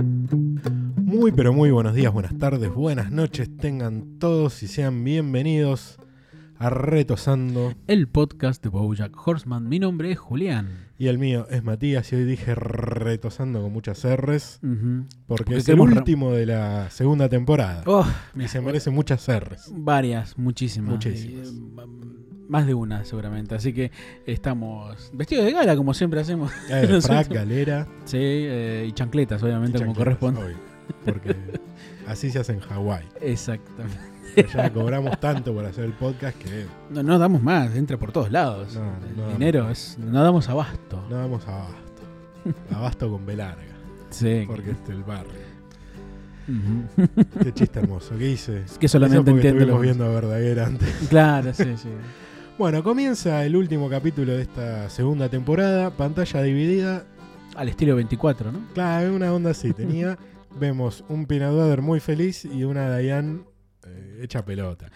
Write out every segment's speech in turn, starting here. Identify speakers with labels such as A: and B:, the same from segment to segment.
A: Muy pero muy buenos días, buenas tardes, buenas noches, tengan todos y sean bienvenidos a Retosando.
B: El podcast de Bojack Horseman. Mi nombre es Julián.
A: Y el mío es Matías y hoy dije retosando con muchas R's porque,
B: Porque
A: es el
B: queremos re-
A: último de la segunda temporada
B: Oh,
A: y
B: mira,
A: se merece muchas R's.
B: varias, muchísimas.
A: Muchísimas.
B: Eh, m- más de una, seguramente. Así que estamos vestidos de gala, como siempre hacemos.
A: Eh,
B: Lo
A: frac,
B: siento.
A: galera
B: Sí, eh, y chancletas,
A: y
B: obviamente, como
A: chancletas,
B: corresponde.
A: obvio, porque así se hace en Hawái.
B: Exactamente.
A: Allá cobramos tanto por hacer el podcast que
B: No, no damos más, entra por todos lados.
A: No, no
B: El
A: damos
B: dinero, es, no damos abasto.
A: no damos abasto. Abasto con B larga,
B: Sí.
A: porque este es el barrio.
B: Ujú.
A: Qué chiste hermoso que hice.
B: Es que
A: Eso
B: solamente
A: porque
B: entiendo
A: estuvimos
B: lo que-
A: viendo a Verdaguer antes.
B: Claro, sí, sí.
A: Bueno, comienza el último capítulo de esta segunda temporada, pantalla dividida,
B: Al estilo 24, ¿no?
A: claro, una onda así tenía. Vemos un Pinot muy feliz y una Diane eh, hecha pelota. O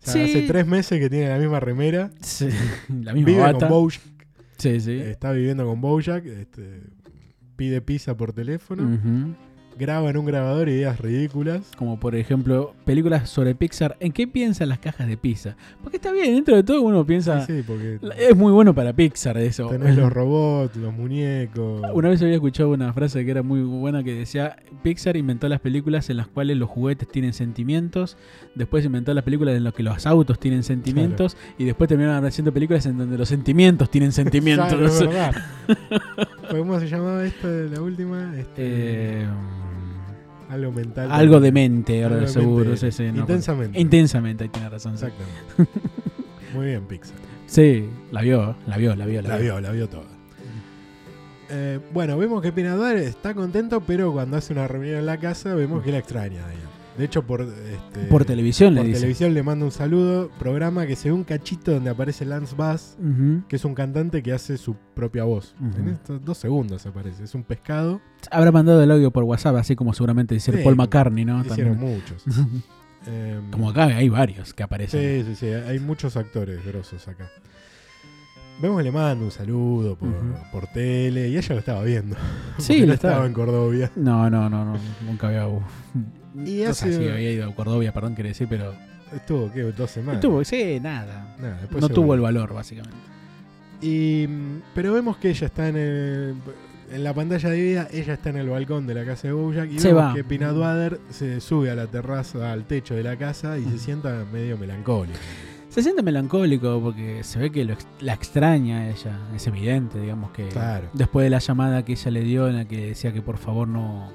A: sea,
B: Sí.
A: Hace tres meses que tiene la misma remera,
B: Sí. La misma
A: vive
B: bata.
A: con Bojack, Eh,
B: Sí, sí.
A: está viviendo con Bojack, este, pide pizza por teléfono,
B: Ujú.
A: graba en un grabador ideas ridículas.
B: Como por ejemplo, películas sobre Pixar. ¿En qué piensan las cajas de pizza? Porque está bien, dentro de todo uno piensa.
A: sí, sí, porque
B: Ah. "La- eh, Es muy bueno para Pixar eso.
A: tenés los robots, los muñecos.
B: Una vez había escuchado una frase que era muy buena que decía: Pixar inventó las películas en las cuales los juguetes tienen sentimientos. Después inventó las películas en las que los autos tienen sentimientos. Y después terminaron haciendo películas en donde los sentimientos tienen
A: Claro, es
B: sentimientos.
A: verdad. Fue, ¿Cómo se llamaba esta la última? Este,
B: Eh,
A: algo mental.
B: algo de mente,
A: Algo
B: ahora
A: de
B: seguro.
A: mente.
B: sí, sí, no, pues.
A: Intensamente.
B: Intensamente, ahí tiene razón. sí.
A: Exactamente. Muy bien, Pixar.
B: Sí, la vio, la vio, la vio, la,
A: La
B: vio.
A: vio, la vio toda. Eh, bueno, vemos que Pinador está contento, pero cuando hace una reunión en la casa vemos que la extraña. digamos. De hecho, por, este,
B: Por televisión
A: por
B: le dice.
A: televisión le manda un saludo. Programa que se ve un cachito donde aparece Lance Bass,
B: Ujú.
A: que es un cantante que hace su propia voz.
B: Ujú.
A: En estos dos segundos aparece. Es un pescado.
B: Habrá mandado el audio por WhatsApp, así como seguramente hicieron
A: Sí,
B: Paul McCartney, ¿no?
A: Hicieron
B: También.
A: muchos. Em,
B: como acá hay varios que aparecen.
A: Sí, sí, sí. Hay muchos actores grosos acá. Vemos que le manda un saludo por,
B: Ujú.
A: por tele y ella lo estaba viendo.
B: Sí,
A: porque
B: lo
A: no
B: estaba.
A: en Cordovia.
B: No, no, no, no, nunca había. uf.
A: Y
B: O sea,
A: hace-
B: sí, había ido a Cordovia, perdón, quería decir, pero.
A: Estuvo, ¿qué? Dos
B: No
A: semanas.
B: tuvo, sí, nada.
A: Nada, después
B: No
A: se
B: tuvo el
A: volvió.
B: valor, básicamente.
A: Y, mm, pero vemos que ella está en el- En la pantalla de vida, ella está en el balcón de la casa de Bojack y
B: Se
A: vemos
B: va.
A: que Pinaduader se sube a la terraza, al techo de la casa y se
B: Ujú.
A: sienta medio melancólico.
B: Se siente melancólico porque se ve que lo ex- la extraña ella. Es evidente, digamos que.
A: Claro.
B: Después de la llamada que ella le dio en la que decía que por favor no,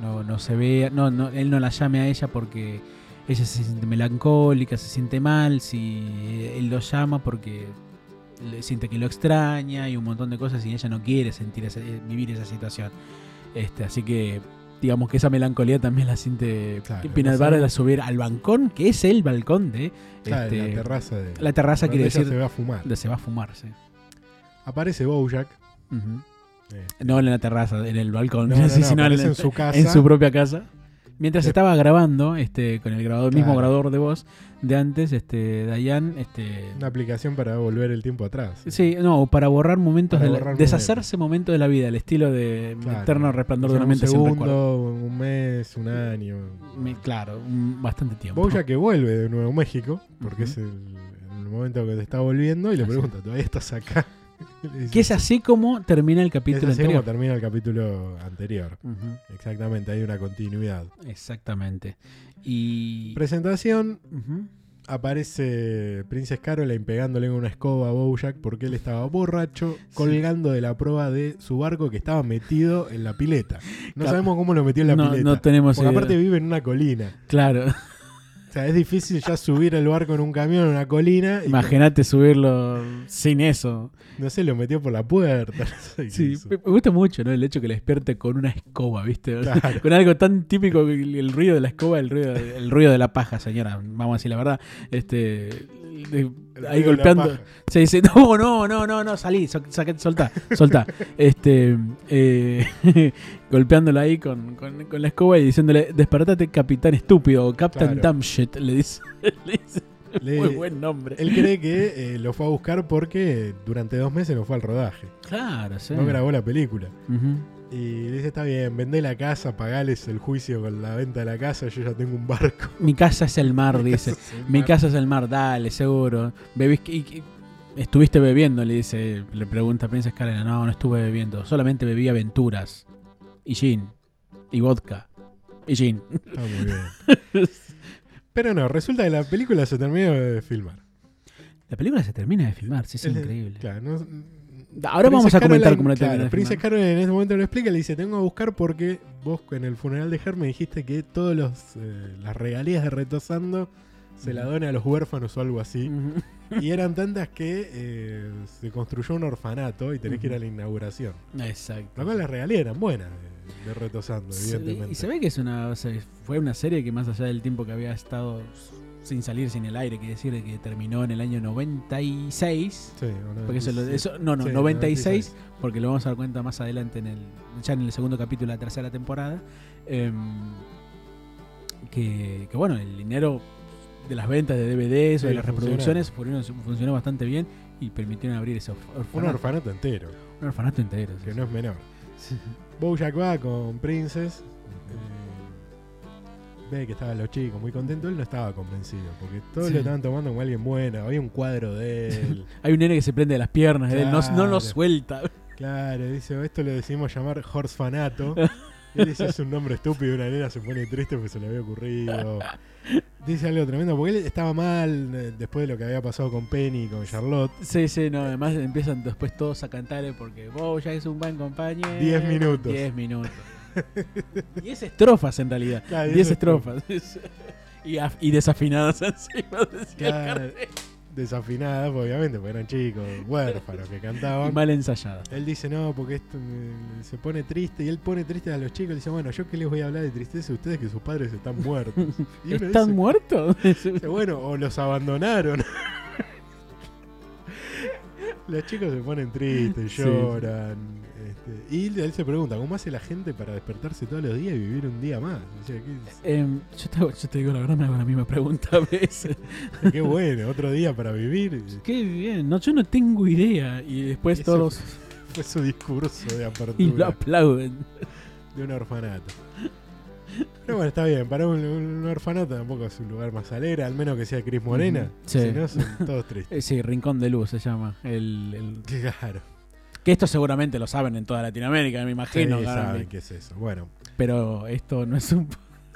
B: no, no se vea, no, no, él no la llame a ella porque ella se siente melancólica, se siente mal, si él lo llama porque le- siente que lo extraña y un montón de cosas y ella no quiere sentir esa- eh, vivir esa situación. Este, así que digamos que esa melancolía también la siente
A: Claro,
B: que
A: lo
B: Pinal
A: pasa-
B: Barra la subir al balcón, que es el balcón de
A: Claro, en
B: este,
A: la terraza de.
B: la terraza,
A: donde
B: quiere
A: ella
B: decir,
A: se va a fumar.
B: donde se va a fumar, sí.
A: Aparece Bojack.
B: Ujú.
A: eh,
B: No en la terraza, en el balcón,
A: No, no,
B: sí,
A: no,
B: sino en,
A: aparece en su casa.
B: en su propia casa. Mientras
A: De-
B: estaba grabando, este, con el grabador, mismo
A: Claro.
B: grabador de voz de antes, este, Dayan, este.
A: Una aplicación para volver el tiempo atrás.
B: Sí, no, para borrar momentos
A: Para
B: de la-
A: borrar
B: deshacerse momentos de la vida, el estilo de
A: Claro.
B: eterno resplandor de una
A: un
B: mente sin recuerdo.
A: segundo, un mes, un año.
B: Me- Claro, un- bastante tiempo.
A: Boya que vuelve de Nuevo México, porque
B: Ujú.
A: es el, el momento que te está volviendo, y le
B: Así
A: pregunta, ¿todavía estás acá? Y le dice,
B: Que es así como termina el
A: "Es
B: capítulo
A: así como
B: anterior.
A: termina el capítulo anterior.
B: Ujú,
A: Exactamente, hay una continuidad.
B: Exactamente. Y.
A: Presentación,
B: Ujú.
A: aparece Princess Caroline pegándole con una escoba a Bojack porque él estaba borracho colgando de la proa de su barco que estaba metido en la pileta. No
B: Cap-
A: sabemos cómo lo metió en la
B: no,
A: pileta.
B: no tenemos
A: porque
B: idea.
A: aparte vive en una colina.
B: Claro,
A: O sea, es difícil ya subir el barco en un camión, en una colina. Y
B: imagínate subirlo sin eso.
A: No sé, lo metió por la puerta. no sé qué
B: Sí,
A: hizo.
B: me me gusta mucho, ¿no? El hecho que le despierte con una escoba, ¿viste?
A: Claro.
B: Con algo tan típico, el, el ruido de la escoba, el ruido, el ruido de la paja, señora, vamos a decir la verdad. Este, de-
A: El ruido
B: ahí
A: de la
B: golpeando.
A: paja.
B: Se dice, no, no, no, no, no, salí, so- saca- soltá, soltá. este, eh, golpeándola ahí con, con- con la escoba y diciéndole, despertate, capitán estúpido, o captain
A: Claro.
B: dumb shit, le dice. le dice,
A: Le-
B: Muy buen nombre.
A: Él cree que eh, lo fue a buscar porque durante dos meses no fue al rodaje.
B: claro, sí.
A: No grabó la película.
B: Ujú.
A: Y le dice, está bien, vendé la casa, pagales el juicio con la venta de la casa, yo ya tengo un barco.
B: Mi casa es el mar, dice. Mi
A: casa
B: casa es el mar, dale, seguro. Bebís, y- y- estuviste bebiendo, le dice, le pregunta Princess Karen. No, no estuve bebiendo, solamente bebí aventuras. Y gin. Y vodka. Y gin.
A: Está Ah, muy bien. Pero no, resulta que la película se terminó de filmar.
B: La película se termina de filmar, sí, es
A: El-
B: increíble.
A: Claro, no-
B: Ahora vamos
A: Princess
B: a comentar
A: Caroline-
B: cómo la
A: claro,
B: termina de
A: Princess
B: filmar.
A: Carol en ese momento lo explica, le dice, tengo a buscar porque vos en el funeral de Her me dijiste que todas las regalías de Retosando se
B: Mm.
A: la dona a los huérfanos o algo así.
B: Ujú.
A: Y eran tantas que eh, se construyó un orfanato y tenés que ir
B: Mm.
A: a la inauguración.
B: Exacto.
A: Lo cual las regalías eran buenas de, de Retosando,
B: Se-
A: evidentemente.
B: y se ve que es una o sea, fue una serie que más allá del tiempo que había estado sin salir, sin el aire, que decir que terminó en el año 96.
A: Sí, o no,
B: Porque eso, lo-
A: sí.
B: eso- no, no,
A: Sí,
B: 96, porque lo vamos a dar cuenta más adelante, en el, ya en el segundo capítulo de la tercera temporada. em, que, que bueno, el dinero de las ventas de DVDs
A: Sí,
B: o de las
A: funcionó.
B: reproducciones fueron- funcionó bastante bien y permitieron abrir ese orf-
A: Un
B: orfanato,
A: orfanato entero,
B: un orfanato entero. sí,
A: que
B: sí.
A: no es menor.
B: Sí.
A: Bojack va con Princess. eh, ve que estaban los chicos muy contentos. Él no estaba convencido porque todos
B: Sí.
A: lo estaban tomando como alguien bueno. Había un cuadro de él.
B: Hay un nene que se prende de las piernas, de él, no, no
A: Claro.
B: lo suelta.
A: claro, dice: "Oh, Esto lo decidimos llamar Horsefanato. Y Él dice: Es un nombre estúpido. Una nena se pone triste porque se le había ocurrido. Dice algo tremendo porque él estaba mal eh, después de lo que había pasado con Penny y con Charlotte.
B: Sí, sí, no, además empiezan después todos a cantar eh, porque vos ya es un buen compañero.
A: Diez minutos.
B: 10 minutos. 10 estrofas en realidad.
A: Claro,
B: 10 estrofas. y, af- y desafinadas encima. decía el
A: Claro.
B: cartel.
A: Desafinadas, obviamente, porque eran chicos, huérfanos que cantaban.
B: Y mal ensayada.
A: Él dice, no, porque esto eh, se pone triste. Y él pone triste a los chicos. y dice, bueno, ¿yo qué les voy a hablar de tristeza a ustedes que sus padres están muertos? Y uno
B: ¿Están
A: dice,
B: muertos?
A: dice, bueno, o los abandonaron. los chicos se ponen tristes,
B: Sí, sí.
A: lloran. este, y él se pregunta, ¿cómo hace la gente para despertarse todos los días y vivir un día más? O sea, qué,
B: Em, yo, te, hago- yo te digo la verdad, me hago la misma pregunta a veces.
A: qué bueno, otro día para vivir.
B: Qué bien, no, yo no tengo idea. Y después
A: Y eso
B: todos
A: Fue su discurso de
B: y lo
A: apertura.
B: aplauden.
A: de un orfanato. Pero bueno, está bien, para un, un orfanato tampoco es un lugar más alegre, al menos que sea Cris Morena.
B: Ujú, sí.
A: Si no, son todos tristes.
B: Eh, Sí, Rincón de Luz se llama. El, el-
A: Claro.
B: que esto seguramente lo saben en toda Latinoamérica, me imagino.
A: Sí,
B: claro,
A: saben qué es eso. Bueno,
B: Pero esto no es un...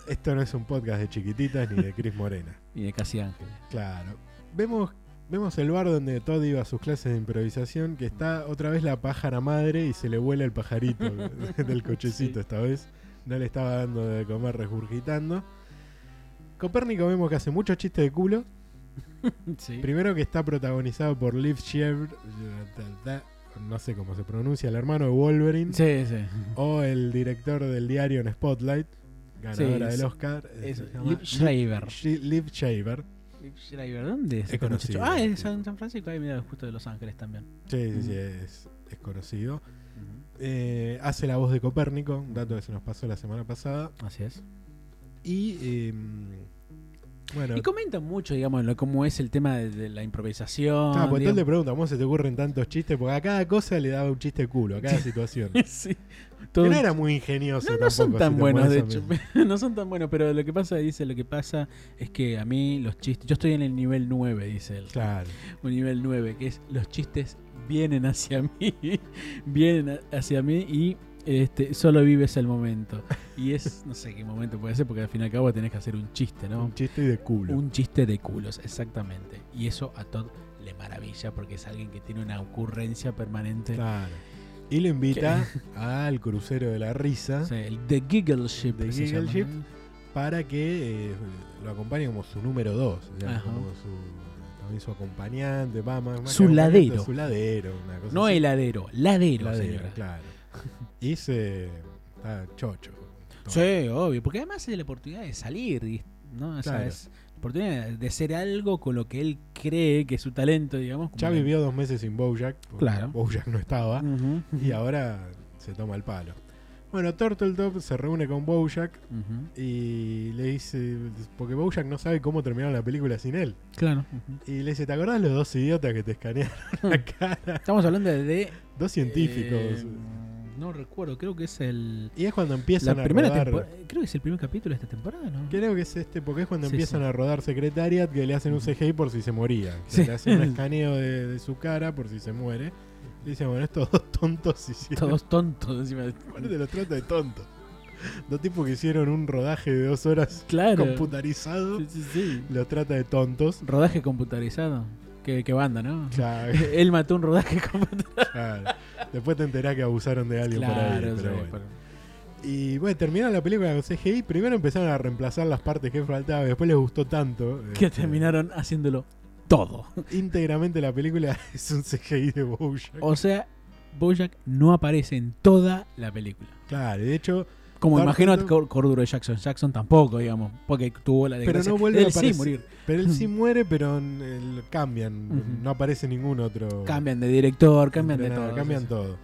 A: esto no es un podcast de chiquititas ni de Cris Morena.
B: Y de Casi Ángel.
A: Claro. Vemos, vemos el bar donde Todd iba a sus clases de improvisación, que está otra vez la pájara madre y se le vuela el pajarito del cochecito
B: Sí.
A: esta vez. No le estaba dando de comer regurgitando. Copérnico vemos que hace mucho chiste de culo.
B: Sí.
A: Primero que está protagonizado por Liv Shepherd, no sé cómo se pronuncia, el hermano de Wolverine,
B: Sí, sí.
A: o el director del diario en Spotlight, ganadora
B: Sí,
A: del
B: es-
A: Oscar. eh,
B: Es
A: se llama
B: Liv Schreiber.
A: Shi- Liv Shaver.
B: Liv Schreiber, ¿dónde es?
A: Es conocido.
B: muchacho? Ah, es en San Francisco. Ahí mira, justo de Los Ángeles también.
A: Sí, sí, sí,
B: Ujú.
A: es, es conocido. Eh, hace la voz de Copérnico, un dato que se nos pasó la semana pasada.
B: Así es.
A: Y eh, bueno,
B: Y comentan mucho, digamos, lo, cómo es el tema de, de la improvisación.
A: ah, pues
B: digamos.
A: entonces te pregunta, ¿cómo se te ocurren tantos chistes? Porque a cada cosa le daba un chiste de culo, a cada situación.
B: Sí.
A: Que
B: Todo-
A: no era muy ingenioso.
B: No, no son
A: tampoco,
B: tan
A: si te
B: buenos,
A: pones
B: de
A: a
B: hecho.
A: pensar.
B: no son tan buenos, pero lo que pasa, dice, lo que pasa es que a mí los chistes... Yo estoy en el nivel 9, dice él.
A: Claro.
B: un nivel 9, que es los chistes vienen hacia mí, vienen a- hacia mí y este, solo vives el momento. Y es, no sé qué momento puede ser, porque al fin y al cabo tenés que hacer un chiste, ¿no?
A: Un chiste de culo.
B: Un chiste de culos, exactamente. Y eso a Todd le maravilla, porque es alguien que tiene una ocurrencia permanente.
A: Claro. Y lo invita al crucero de la risa
B: O sea, el The Giggle Ship.
A: The
B: se
A: Giggle
B: llama,
A: Ship.
B: ¿no?
A: para que eh, lo acompañe como su número 2.
B: Ajá.
A: Como su, también su acompañante. va, más- más
B: Su
A: que acompañante,
B: ladero.
A: Su ladero. Una cosa
B: No
A: así.
B: heladero, ladero,
A: Ladero,
B: señora.
A: claro. Y se. Está chocho.
B: Sí, obvio, porque además es la oportunidad de salir, ¿no? O sea,
A: Claro.
B: es oportunidad de ser algo con lo que él cree que es su talento, digamos. como
A: Ya
B: que-
A: vivió dos meses sin Bojack. porque
B: Claro.
A: Bojack no estaba.
B: Ujú,
A: Y ahá se toma el palo. Bueno, Turtletop se reúne con Bojack
B: ujú.
A: y le dice. Porque Bojack no sabe cómo terminaron la película sin él.
B: Claro. ujú.
A: Y le dice: ¿Te acordás los dos idiotas que te escanearon la cara?
B: Estamos hablando de... de,
A: Dos científicos.
B: eh, no recuerdo, creo que es el...
A: y es cuando
B: La
A: empiezan a
B: primera
A: rodar.
B: temporada, creo que es el primer capítulo de esta temporada, ¿no?
A: Creo que es este, porque es cuando
B: Sí,
A: empiezan
B: sí.
A: a rodar Secretariat que le hacen un CGI por si se moría. Que
B: Sí.
A: Le hacen un escaneo de, de su cara por si se muere. Y dicen, bueno, estos dos tontos hicieron.
B: Todos tontos encima.
A: Aparte los trata de tontos. Dos tipos que hicieron un rodaje de dos horas
B: Claro.
A: computarizado,
B: Sí, sí, sí.
A: los trata de tontos.
B: Rodaje computarizado. Qué, qué banda, ¿no?
A: Claro,
B: Él mató un rodaje computarizado.
A: claro. Después te enterás que abusaron de alguien por ahí.
B: Claro,
A: pero
B: sí,
A: bueno.
B: por-
A: Y bueno, terminaron la película con CGI. Primero empezaron a reemplazar las partes que faltaban. Después les gustó tanto.
B: que
A: este,
B: terminaron haciéndolo todo.
A: Íntegramente la película es un CGI de Bojack.
B: O sea, Bojack no aparece en toda la película.
A: Claro, y de hecho,
B: Como
A: Dark
B: imagino a
A: Kingdom-
B: Cor- Corduro de Jackson. Jackson tampoco, digamos. Porque tuvo la
A: pero
B: desgracia
A: no vuelve
B: de
A: a
B: él sí
A: aparecer.
B: morir.
A: Pero él sí muere, pero en- el- cambian.
B: Ujú.
A: No aparece ningún otro.
B: Cambian de director, cambian de
A: entrenador,
B: todo.
A: Cambian
B: sí, sí.
A: todo.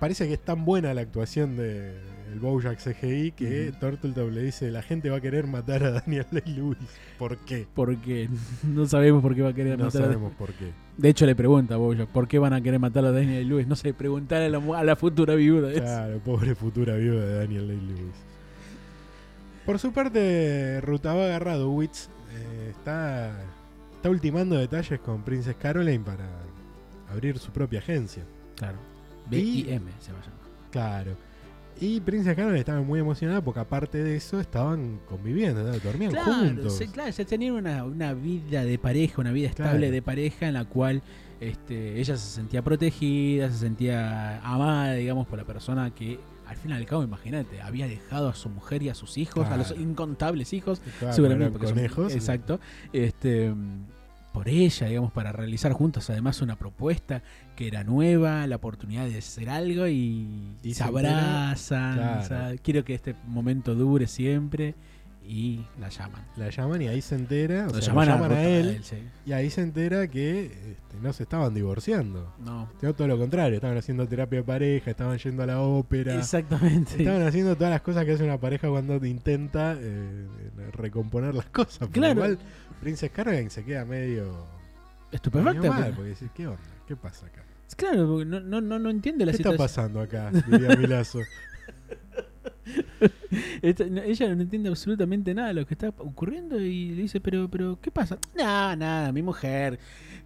A: Parece que es tan buena la actuación de el Bojack CGI que
B: Ujú.
A: Turtletop le dice la gente va a querer matar a Daniel Day-Lewis. ¿Por qué?
B: Porque no sabemos por qué va a querer
A: No
B: matar a
A: sabemos por qué.
B: De hecho, le pregunta a Bojack, ¿por qué van a querer matar a Daniel Lewis? No sé, preguntar a la, mu- a la futura viuda. es-
A: Claro, pobre futura viuda de Daniel Day-Lewis. Por su parte, Rutabaga Radowitz eh, está, está ultimando detalles con Princess Caroline para abrir su propia agencia.
B: Claro.
A: Y-
B: B.I.M. se va a llamar.
A: Claro. Y Princess Caroline estaba muy emocionada porque aparte de eso estaban conviviendo, estaban- dormían
B: Claro,
A: juntos.
B: sí, claro, ya tenían una, una vida de pareja, una vida
A: Claro.
B: estable de pareja en la cual este, ella se sentía protegida, se sentía amada, digamos, por la persona que, al fin y al cabo, imagínate, había dejado a su mujer y a sus hijos, a los
A: Claro.
B: incontables hijos,
A: Claro,
B: seguramente
A: eran
B: porque son-
A: Ah, conejos.
B: exacto. Este, mm, por ella, digamos, para realizar juntos además una propuesta que era nueva, la oportunidad de hacer algo y,
A: Y se
B: se
A: entera,
B: abrazan.
A: claro.
B: o sea, quiero que este momento dure siempre y la llaman.
A: La llaman y ahí se entera, o
B: Lo
A: sea, lo
B: llaman, a
A: llaman a,
B: Ruta,
A: él,
B: sí.
A: y ahí se entera que este, no se estaban divorciando.
B: No.
A: Sino todo lo contrario, estaban haciendo terapia de pareja, estaban yendo a la ópera,
B: Exactamente.
A: estaban haciendo todas las cosas que hace una pareja cuando te intenta eh, recomponer las cosas. Pero
B: Claro.
A: Igual Princess Caroline se queda medio,
B: Estupefacta.
A: medio mal, pues.
B: pero-
A: porque dice, ¿qué onda? ¿Qué pasa acá?
B: Claro, porque no, no, no, no entiende la
A: ¿Qué está
B: situación.
A: pasando acá? Diría Milazo.
B: Esta- no, ella no entiende absolutamente nada de lo que está ocurriendo y le dice, pero, pero, ¿qué pasa? Nada, nada, mi mujer,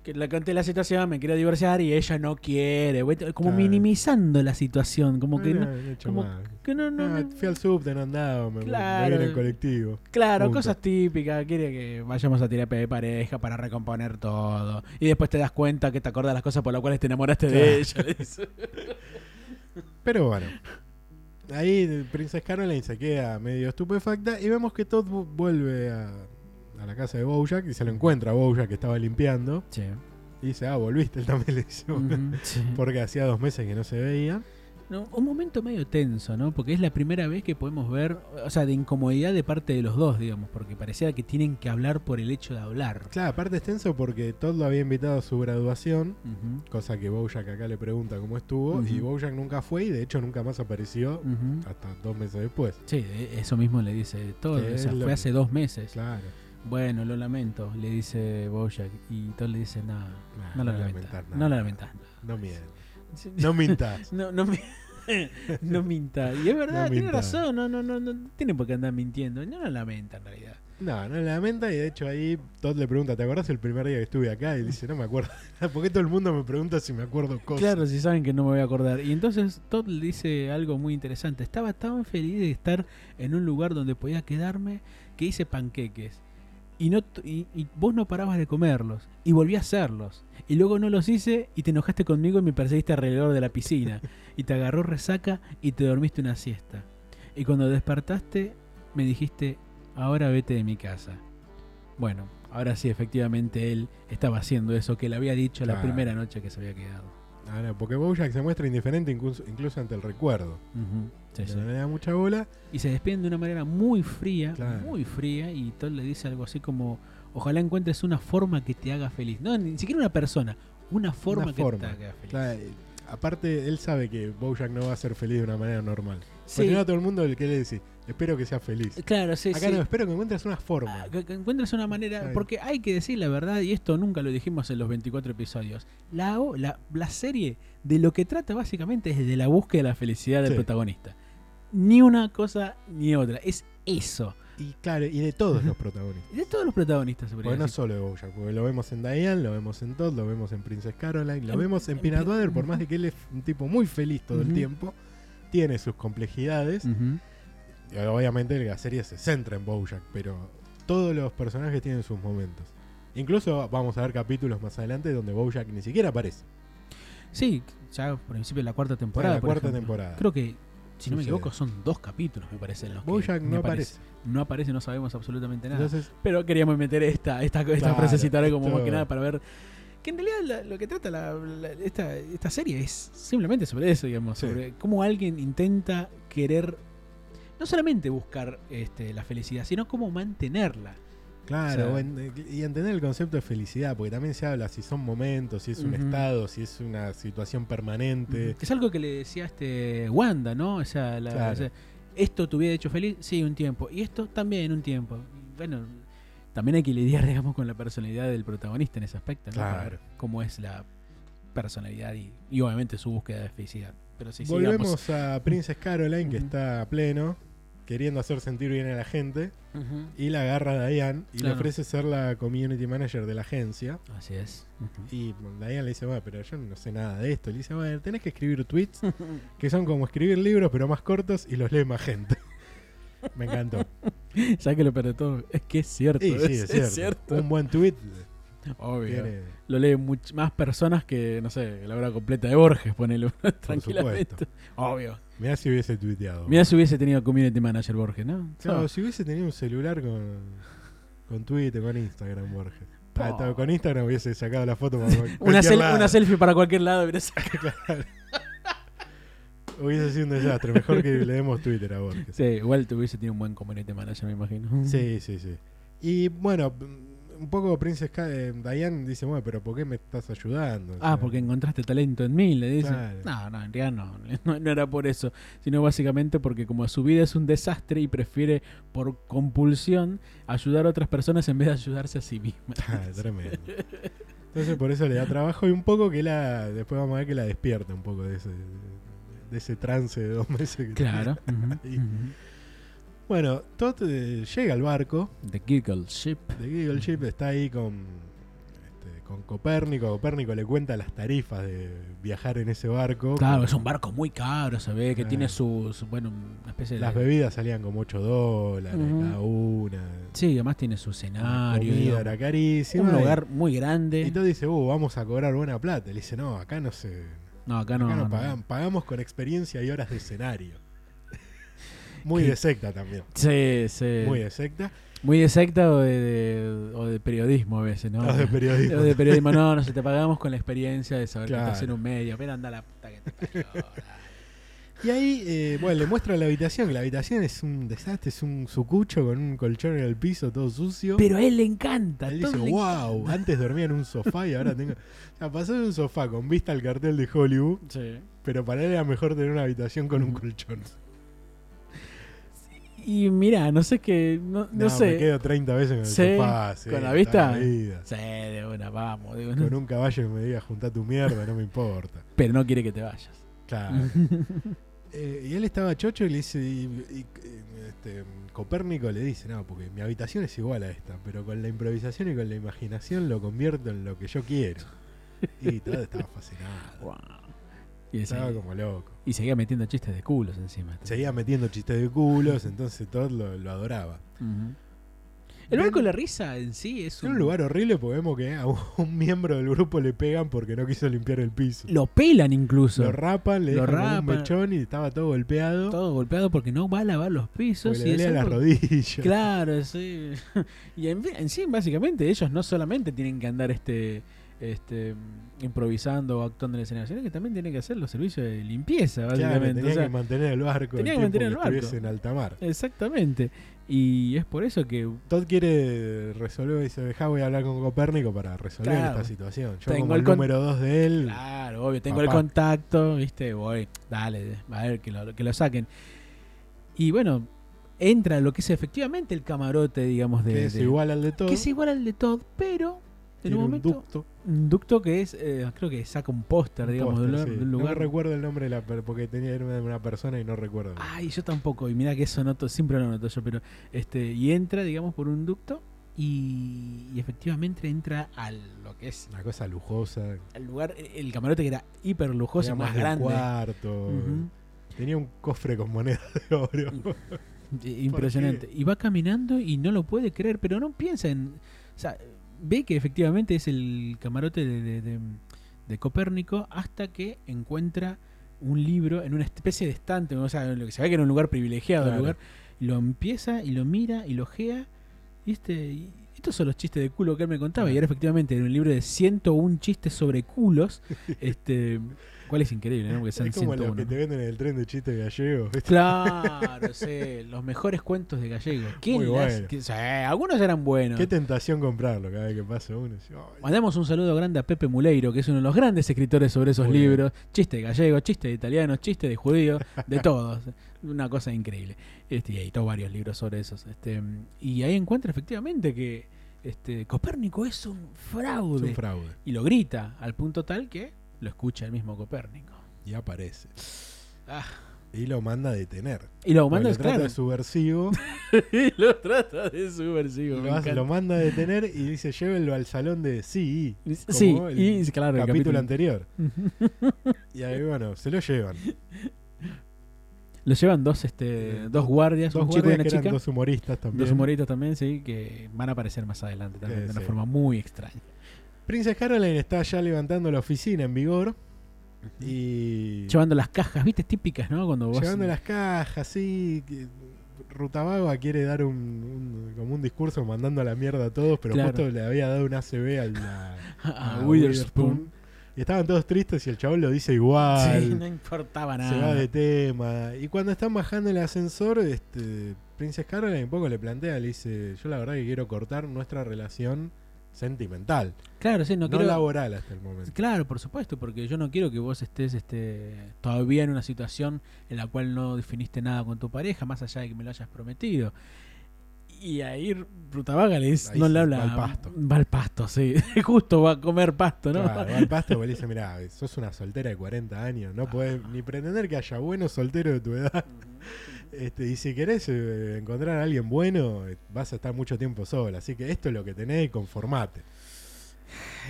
B: que la conté la situación, me quiero divorciar y ella no quiere, güey, como
A: Claro.
B: minimizando la situación, como que
A: Bueno,
B: no,
A: he hecho
B: como
A: mal.
B: que no, no,
A: Ah,
B: no.
A: fui al subte, no andaba, me, me
B: Claro.
A: vine en colectivo.
B: Claro,
A: punto.
B: cosas típicas, quiere que vayamos a terapia de pareja para recomponer todo. Y después te das cuenta que te acordás las cosas por las cuales te enamoraste de ella. le dice.
A: Pero bueno. Ahí Princess Caroline se queda medio estupefacta y vemos que Todd vu- vuelve a, a la casa de Bojack y se lo encuentra a Bojack que estaba limpiando.
B: Sí.
A: Y dice, ah, volviste, él también le dice,
B: Ujú, sí.
A: porque hacía dos meses que no se veía.
B: No, un momento medio tenso, ¿no? Porque es la primera vez que podemos ver, o sea, de incomodidad de parte de los dos, digamos, porque parecía que tienen que hablar por el hecho de hablar.
A: Claro, aparte es tenso porque Todd lo había invitado a su graduación,
B: Ujú,
A: cosa que Bojack acá le pregunta cómo estuvo,
B: Ujú.
A: y Bojack nunca fue y de hecho nunca más apareció
B: ujú.
A: hasta dos meses después.
B: Sí, e- eso mismo le dice todo.
A: Que
B: O sea,
A: es lo
B: fue
A: que-
B: hace dos meses.
A: Claro.
B: Bueno, lo lamento, le dice Bojack. Y todo le dice, nada,
A: Nah,
B: no lo
A: no
B: lamentas.
A: lamentar nada.
B: No lo lamentas.
A: No mientas.
B: Sí.
A: No mintas.
B: No, no, mi- no minta. Y es verdad,
A: No
B: tiene
A: minta.
B: razón. No, no, no, no tiene por qué andar mintiendo. No lo lamenta en realidad.
A: No, no lamenta y de hecho ahí Todd le pregunta, ¿te acordás el primer día que estuve acá? Y dice, no me acuerdo. ¿Por qué todo el mundo me pregunta si me acuerdo cosas?
B: Claro, si saben que no me voy a acordar. Y entonces Todd le dice algo muy interesante. Estaba tan feliz de estar en un lugar donde podía quedarme que hice panqueques. Y, no, t- y, y vos no parabas de comerlos. Y volví a hacerlos. Y luego no los hice y te enojaste conmigo y me perseguiste alrededor de la piscina. y te agarró resaca y te dormiste una siesta. Y cuando despertaste me dijiste, ahora vete de mi casa. Bueno, ahora sí, efectivamente él estaba haciendo eso que le había dicho la
A: Claro.
B: primera noche que se había quedado.
A: No, no, porque Bojack se muestra indiferente incluso, incluso ante el recuerdo.
B: Ujú, sí, sí.
A: No le da mucha bola.
B: Y se despiden de una manera muy fría,
A: Claro.
B: muy fría, y Todd le dice algo así como, ojalá encuentres una forma que te haga feliz. No, ni siquiera una persona, una forma
A: Una
B: que te
A: forma.
B: haga feliz.
A: Claro, eh, aparte, él sabe que Bojack no va a ser feliz de una manera normal.
B: Sí,
A: Porque no a todo el mundo el que le decís, espero que seas feliz.
B: claro, sí,
A: Acá
B: sí.
A: no, espero que encuentres una forma.
B: Ah, que- que encuentres una manera,
A: Claro.
B: porque hay que decir la verdad, y esto nunca lo dijimos en los 24 episodios, la, o- la, la serie de lo que trata básicamente es de la búsqueda de la felicidad del
A: Sí.
B: protagonista. Ni una cosa ni otra, es eso.
A: Y claro, y de todos los protagonistas.
B: De todos los protagonistas, se podría
A: Porque no
B: decir.
A: solo de Bojack, porque lo vemos en Diane, lo vemos en Todd, lo vemos en Princess Caroline, lo
B: En-
A: vemos en
B: en
A: Peanut
B: Pi-
A: Butter, por más de que él es un tipo muy feliz todo el
B: Ujú. Mm.
A: tiempo, tiene sus complejidades.
B: Ujú.
A: Y Obviamente la serie se centra en Bojack, pero todos los personajes tienen sus momentos. Incluso vamos a ver capítulos más adelante donde Bojack ni siquiera aparece.
B: Sí, ya por principio de la cuarta temporada.
A: la
B: por
A: cuarta
B: ejemplo.
A: temporada.
B: Creo que, si no
A: Sucede.
B: me equivoco, son dos capítulos, me parece. en los que
A: Bojack
B: ni
A: no aparece.
B: No aparece, no sabemos absolutamente nada.
A: Entonces,
B: Pero queríamos meter esta, esta, esta
A: Claro,
B: frasecita ahora como
A: esto-
B: más que nada para ver. Que en realidad la- lo que trata la- la- esta, esta serie es simplemente sobre eso, digamos.
A: Sí.
B: Sobre cómo alguien intenta querer no solamente buscar este, la felicidad, sino cómo mantenerla.
A: claro,
B: O sea-
A: en- y entender el concepto de felicidad, porque también se habla si son momentos, si es un
B: Ujú.
A: estado, si es una situación permanente.
B: Que es algo que le decía este Wanda, ¿no? O sea, la-
A: Claro.
B: o sea, esto te hubiera hecho feliz, sí, un tiempo. Y esto también un tiempo. Y Bueno, también hay que lidiar, digamos, con la personalidad del protagonista en ese aspecto, ¿no? Para ver cómo es la personalidad y, y obviamente su búsqueda de felicidad. Pero sí, sigamos.
A: Volvemos a Princess Caroline, que
B: Ujú.
A: está a pleno, queriendo hacer sentir bien a la gente,
B: Ujú.
A: y la agarra a Diane y
B: Claro.
A: le ofrece ser la community manager de la agencia.
B: Así es. Ujú.
A: Y Diane le dice, bueno, pero yo no sé nada de esto. Le dice, bueno, tenés que escribir tweets que son como escribir libros, pero más cortos y los lee más gente. Me encantó.
B: ya que lo peor de todo es que es cierto.
A: Y sí, es cierto. Un buen tweet
B: Obvio.
A: tiene,
B: Lo leen much- más personas que, no sé, la obra completa de Borges, ponele
A: por supuesto.
B: tranquilamente. Obvio.
A: Mirá si hubiese tuiteado.
B: Mira si hubiese tenido community manager Borges, ¿no? Ah.
A: Claro,
B: No.
A: si hubiese tenido un celular con, con Twitter, con Instagram, Borges. Ah,
B: Po.
A: ta- con Instagram hubiese sacado la foto para cualquier
B: Una, sel-
A: lado.
B: una selfie para cualquier lado. hubiera sacado.
A: Hubiese sido un desastre. Mejor que le demos Twitter a Borges.
B: Sí, igual te hubiese tenido un buen community manager, me imagino.
A: Sí, sí, sí. Y bueno, mm, un poco Princess Ca- eh, Diane dice, bueno, pero ¿por qué me estás ayudando? O
B: Ah,
A: sea,
B: porque encontraste talento en mí, le dicen.
A: Claro.
B: No, no, en realidad no, no, no era por eso, sino básicamente porque como su vida es un desastre y prefiere por compulsión ayudar a otras personas en vez de ayudarse a sí misma.
A: Ah, tremendo. Entonces por eso le da trabajo y un poco que la... Después vamos a ver que la despierta un poco de ese, de ese trance de dos meses. Que
B: Claro. ujú,
A: Y-
B: ujú.
A: Bueno, Todd eh, llega al barco
B: The Giggle Ship.
A: de Giggle Ship, está ahí con, este, con Copérnico. Copérnico le cuenta las tarifas de viajar en ese barco.
B: Claro, es un barco muy caro, se ve, que
A: Claro.
B: tiene sus, bueno, una especie de...
A: Las bebidas salían como 8 dólares
B: eh. Ujú.
A: cada una.
B: Sí, además tiene su
A: La
B: escenario.
A: comida
B: digamos.
A: era carísima.
B: un eh.
A: y-
B: lugar muy grande.
A: Y todo dice, uh, vamos a cobrar buena plata. Le dice, no, acá no se.
B: no, acá no.
A: Acá no,
B: no.
A: pagan- pagamos con experiencia y horas de escenario. Muy
B: Qué- Eh.
A: de secta también.
B: Sí, sí.
A: Muy
B: Muy,
A: de secta.
B: de secta o de, de- o de periodismo a veces, ¿no?
A: No, Ah, de periodismo.
B: O de periodismo, no, no, se te pagamos con la experiencia de saber que
A: Claro.
B: estás en un medio. Pero anda la puta que te parió.
A: Y ahí, eh, bueno, le muestra la habitación, que la habitación es un desastre, es un sucucho con un colchón en el piso todo sucio.
B: Pero a él le encanta.
A: Él
B: todo
A: dice,
B: le
A: wow, antes dormía en un sofá y ahora tengo. O sea, pasó de un sofá con vista al cartel de Hollywood,
B: encanta. Sí.
A: pero para él era mejor tener una habitación con un
B: Ujú.
A: colchón.
B: Y mira, no sé qué. No, no
A: Me
B: sé.
A: quedo 30 veces en el
B: Sí,
A: sofá. sí,
B: con la
A: toda
B: vista.
A: vida.
B: Sí, de una, vamos. de una.
A: Con un caballo que me diga juntar tu mierda, no me importa.
B: Pero no quiere que te vayas.
A: Claro. Eh, y él estaba chocho y le dice. Y, y- eh, este, Copérnico le dice: No, porque mi habitación es igual a esta, pero con la improvisación y con la imaginación lo convierto en lo que yo quiero. Y todo estaba fascinado.
B: Wow. Y, él
A: Estaba
B: seguía-
A: como loco.
B: y seguía metiendo chistes de culos encima.
A: Seguía metiendo chistes de culos, entonces todo lo, lo adoraba.
B: Ujú. El barco de la risa en sí es
A: Es un lugar horrible porque vemos que a un miembro del grupo le pegan porque no quiso limpiar el piso.
B: Lo pelan incluso.
A: Lo rapan, le
B: Lo
A: dejan como un
B: rapan.
A: mechón y estaba todo golpeado.
B: todo golpeado porque no va a lavar los pisos.
A: porque
B: y
A: le dolía
B: es
A: las
B: algo-
A: rodillas.
B: Claro, sí. Y en, fin- en sí, básicamente, ellos no solamente tienen que andar este este, improvisando o actuando en el escenario, sino que también tiene que hacer los servicios de limpieza,
A: Claro,
B: básicamente.
A: tenía
B: O sea,
A: que mantener el barco.
B: tenía
A: el
B: que
A: tiempo
B: mantener el barco.
A: estuviese en alta mar.
B: Exactamente. Y es por eso que
A: Todd quiere resolver, dice, dejá, voy a hablar con Copérnico para resolver
B: Claro.
A: esta situación. Yo
B: Tengo
A: como
B: el
A: el
B: con-
A: número 2 de él,
B: Claro, obvio, tengo el
A: Papá.
B: contacto, viste, voy, dale, a ver que lo, que lo saquen. Y bueno, entra lo que es efectivamente el camarote, digamos, de.
A: que es
B: de-
A: igual al de Todd,
B: que es igual al de Todd, pero en
A: tiene
B: un
A: un
B: momento.
A: ducto.
B: un ducto que es, eh, creo que saca un póster, digamos, de un
A: Póster,
B: lugar-
A: sí.
B: de un
A: No me
B: lugar.
A: recuerdo el nombre de la per- porque tenía el nombre de una persona y no recuerdo.
B: Ay, yo tampoco, y mira que eso noto, siempre lo noto yo, pero. este Y entra, digamos, por un ducto y, y efectivamente entra a lo que es
A: Una cosa lujosa.
B: el lugar, el camarote que era hiper lujoso,
A: tenía
B: y más
A: de un
B: grande.
A: cuarto.
B: Ujú.
A: Tenía un cofre con monedas de oro.
B: Eh, Impresionante. Y va caminando y no lo puede creer, pero no piensa en. O sea, ve que efectivamente es el camarote de, de- de- de Copérnico hasta que encuentra un libro en una especie de estante, o sea, lo que se ve que era un lugar privilegiado, el
A: Claro.
B: lugar. Lo empieza y lo mira y lo ojea. Y este. y estos son los chistes de culo que él me contaba. Y ahora efectivamente era un libro de 101 chistes sobre culos. este. Cual es increíble, ¿no? Porque son
A: Es como los
B: 101.
A: que
B: ¿no?
A: te venden en el tren de chistes gallegos. ¿viste?
B: Claro, sí, los mejores cuentos de gallego. ¿Quién
A: Muy
B: las-
A: bueno.
B: que- sí, algunos eran buenos.
A: Qué tentación comprarlo cada vez que pasa uno. dice, "Ay,
B: Mandamos un saludo grande a Pepe Muleiro, que es uno de los grandes escritores sobre esos
A: Muy bien.
B: libros. Chiste de gallego, chiste de italiano, chiste de judío, de todos. Una cosa increíble. Este, y editó varios libros sobre esos. Este, y ahí encuentra efectivamente que este, Copérnico es un
A: es
B: fraude.
A: un fraude.
B: y lo grita al punto tal que lo escucha el mismo Copérnico.
A: Y aparece.
B: Ah.
A: Y lo manda a detener.
B: Y lo
A: Porque
B: manda,
A: lo trata
B: claro,
A: de subversivo.
B: y lo trata de subversivo. me
A: lo, hace-
B: encanta.
A: lo manda a detener y dice, llévenlo al salón de sí. como
B: Sí,
A: el
B: y claro, el
A: capítulo, anterior. y ahí, bueno, se lo llevan.
B: Lo llevan dos, este, dos guardias,
A: Dos
B: un chico
A: guardias
B: y una
A: que
B: chica.
A: eran
B: Dos,
A: dos humoristas también.
B: humoritos también, sí, que van a aparecer más adelante también,
A: Eh,
B: de una
A: sí.
B: forma muy extraña.
A: Princess Caroline está ya levantando la oficina en vigor. Y
B: Llevando las cajas, viste, típicas, ¿no? Cuando vos.
A: llevando las cajas, sí. que- Rutabaga quiere dar un, un- como un discurso mandando a la mierda a todos, pero
B: Claro.
A: justo le había dado un ACB al
B: a Witherspoon.
A: Y estaban todos tristes y el chabón lo dice igual.
B: Sí, no importaba nada.
A: se va de tema. Y cuando están bajando el ascensor, este, Princess Caroline un poco le plantea, le dice, yo la verdad que quiero cortar nuestra relación sentimental,
B: Claro, sí, no,
A: no,
B: quiero.
A: laboral hasta el momento.
B: Claro, por supuesto, porque yo no quiero que vos estés este, todavía en una situación en la cual no definiste nada con tu pareja, más allá de que me lo hayas prometido. Y ahí Rutabaga le dice-
A: Ahí
B: no
A: sí,
B: le habla.
A: va al pasto.
B: Va al pasto, sí. Justo va a comer pasto, ¿no?
A: Claro, va al pasto porque le dice, mirá, sos una soltera de 40 años, no podés
B: Ah.
A: ni pretender que haya buenos solteros de tu edad. Este, y si querés eh, encontrar a alguien bueno, eh, vas a estar mucho tiempo sola. Así que esto es lo que tenés, conformate.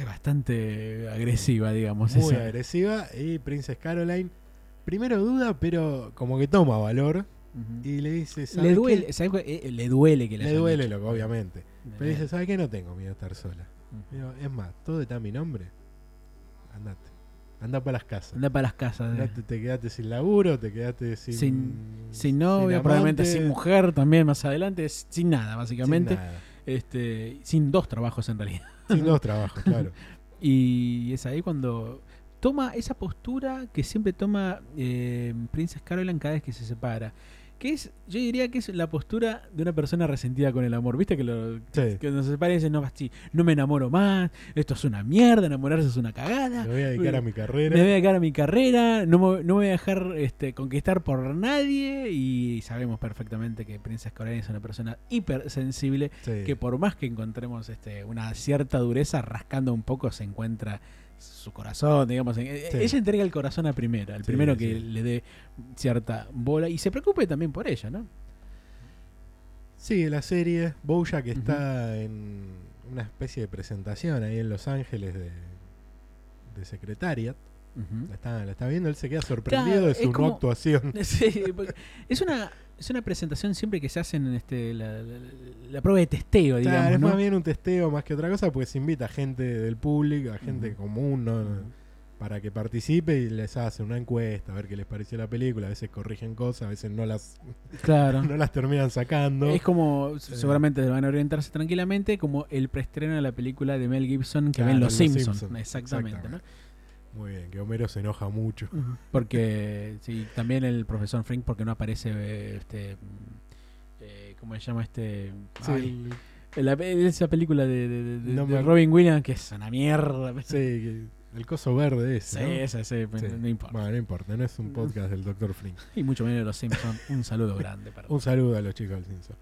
B: Es bastante agresiva, digamos.
A: Muy
B: esa.
A: agresiva. Y Princess Caroline, primero duda, pero como que toma valor.
B: Ujú.
A: Y le dice, "¿Sabes
B: Le
A: qué?
B: duele, ¿sabes qué? Eh, le duele que la
A: Le
B: hayan
A: duele,
B: hecho.
A: loco, obviamente.
B: Le
A: Pero dice,
B: duele.
A: ¿sabes qué? No tengo miedo a estar sola.
B: Ujú.
A: Digo, es más, todo está a mi nombre. Andate. Anda para las casas.
B: Anda para las casas. eh.
A: Andate, te quedaste sin laburo, te quedaste sin.
B: Sin- Sin novia, probablemente
A: amante,
B: sin mujer también más adelante, s- sin nada, básicamente.
A: Sin, nada.
B: este Sin dos trabajos en realidad.
A: Sin dos trabajos, claro.
B: Y es ahí cuando toma esa postura que siempre toma eh, Princess Caroline cada vez que se separa. Que es, yo diría que es la postura de una persona resentida con el amor. Viste que, lo,
A: Sí.
B: que nos separa y dice, no, basti, no me enamoro más, esto es una mierda, enamorarse es una cagada.
A: Me voy a dedicar a mi
B: Me
A: carrera.
B: voy a dedicar a mi carrera, no me, no me voy a dejar este, conquistar por nadie. Y sabemos perfectamente que Princess Caroline es una persona hipersensible
A: Sí.
B: que por más que encontremos este, una cierta dureza, rascando un poco se encuentra su corazón, digamos. en- eh,
A: Sí.
B: Ella entrega el corazón a primera, al
A: Sí,
B: primero que
A: sí.
B: le dé cierta bola y se preocupe también por ella, ¿no?
A: Sigue la serie. Bojack que está en una especie de presentación ahí en Los Ángeles de, de Secretariat.
B: Ujú.
A: La está, la está viendo, él se queda sorprendido
B: Claro,
A: de su
B: es como-
A: no actuación.
B: Sí, porque es una es una presentación siempre que se hacen en este, la, la- la prueba de testeo,
A: Claro,
B: digamos,
A: es
B: ¿no?
A: más bien un testeo más que otra cosa porque se invita a gente del público, a gente
B: Ujú.
A: común, no,
B: Ujú.
A: para que participe y les hace una encuesta, a ver qué les pareció la película, a veces corrigen cosas, a veces no las,
B: Claro.
A: no las terminan sacando.
B: Es como, seguramente van a orientarse tranquilamente, como el preestreno de la película de Mel Gibson que
A: Claro,
B: ven
A: Los
B: los Simpsons.
A: Simpson.
B: Exactamente. ¿no?
A: Muy bien, que Homero se enoja mucho.
B: Ujú. Porque, sí, también el profesor Frink, porque no aparece eh, este. mm, eh, ¿Cómo se llama este? Ay,
A: Sí,
B: la pe- esa película de, de- de- de-
A: No
B: de
A: me ac-
B: Robin Williams, que es una mierda.
A: sí, que- el coso verde
B: Sí,
A: ese, ¿no?
B: esa, sí, pues,
A: Sí.
B: no importa.
A: Bueno, no importa, no es un podcast del Dr. Flink.
B: Y mucho menos de los Simpsons. Un saludo grande para
A: Un saludo a los chicos del Simpson.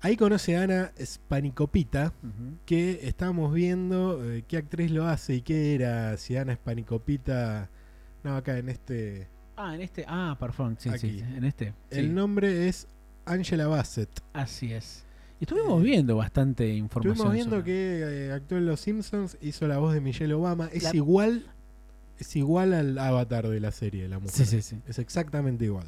A: Ahí conoce a Ana Spanicopita,
B: Ujú.
A: que estamos viendo eh, qué actriz lo hace y qué era, si Ana Spanicopita. No, acá en este.
B: Ah, en este. Ah, perdón. Sí,
A: Aquí.
B: sí, en este. Sí,
A: El nombre es Angela Bassett.
B: Así es. Y estuvimos viendo bastante información.
A: Estuvimos viendo
B: sobre-
A: que eh, actuó en Los Simpsons, hizo la voz de Michelle Obama. Es
B: La-
A: igual. Es igual al avatar de la serie, la mujer.
B: Sí, sí, sí.
A: Es exactamente igual.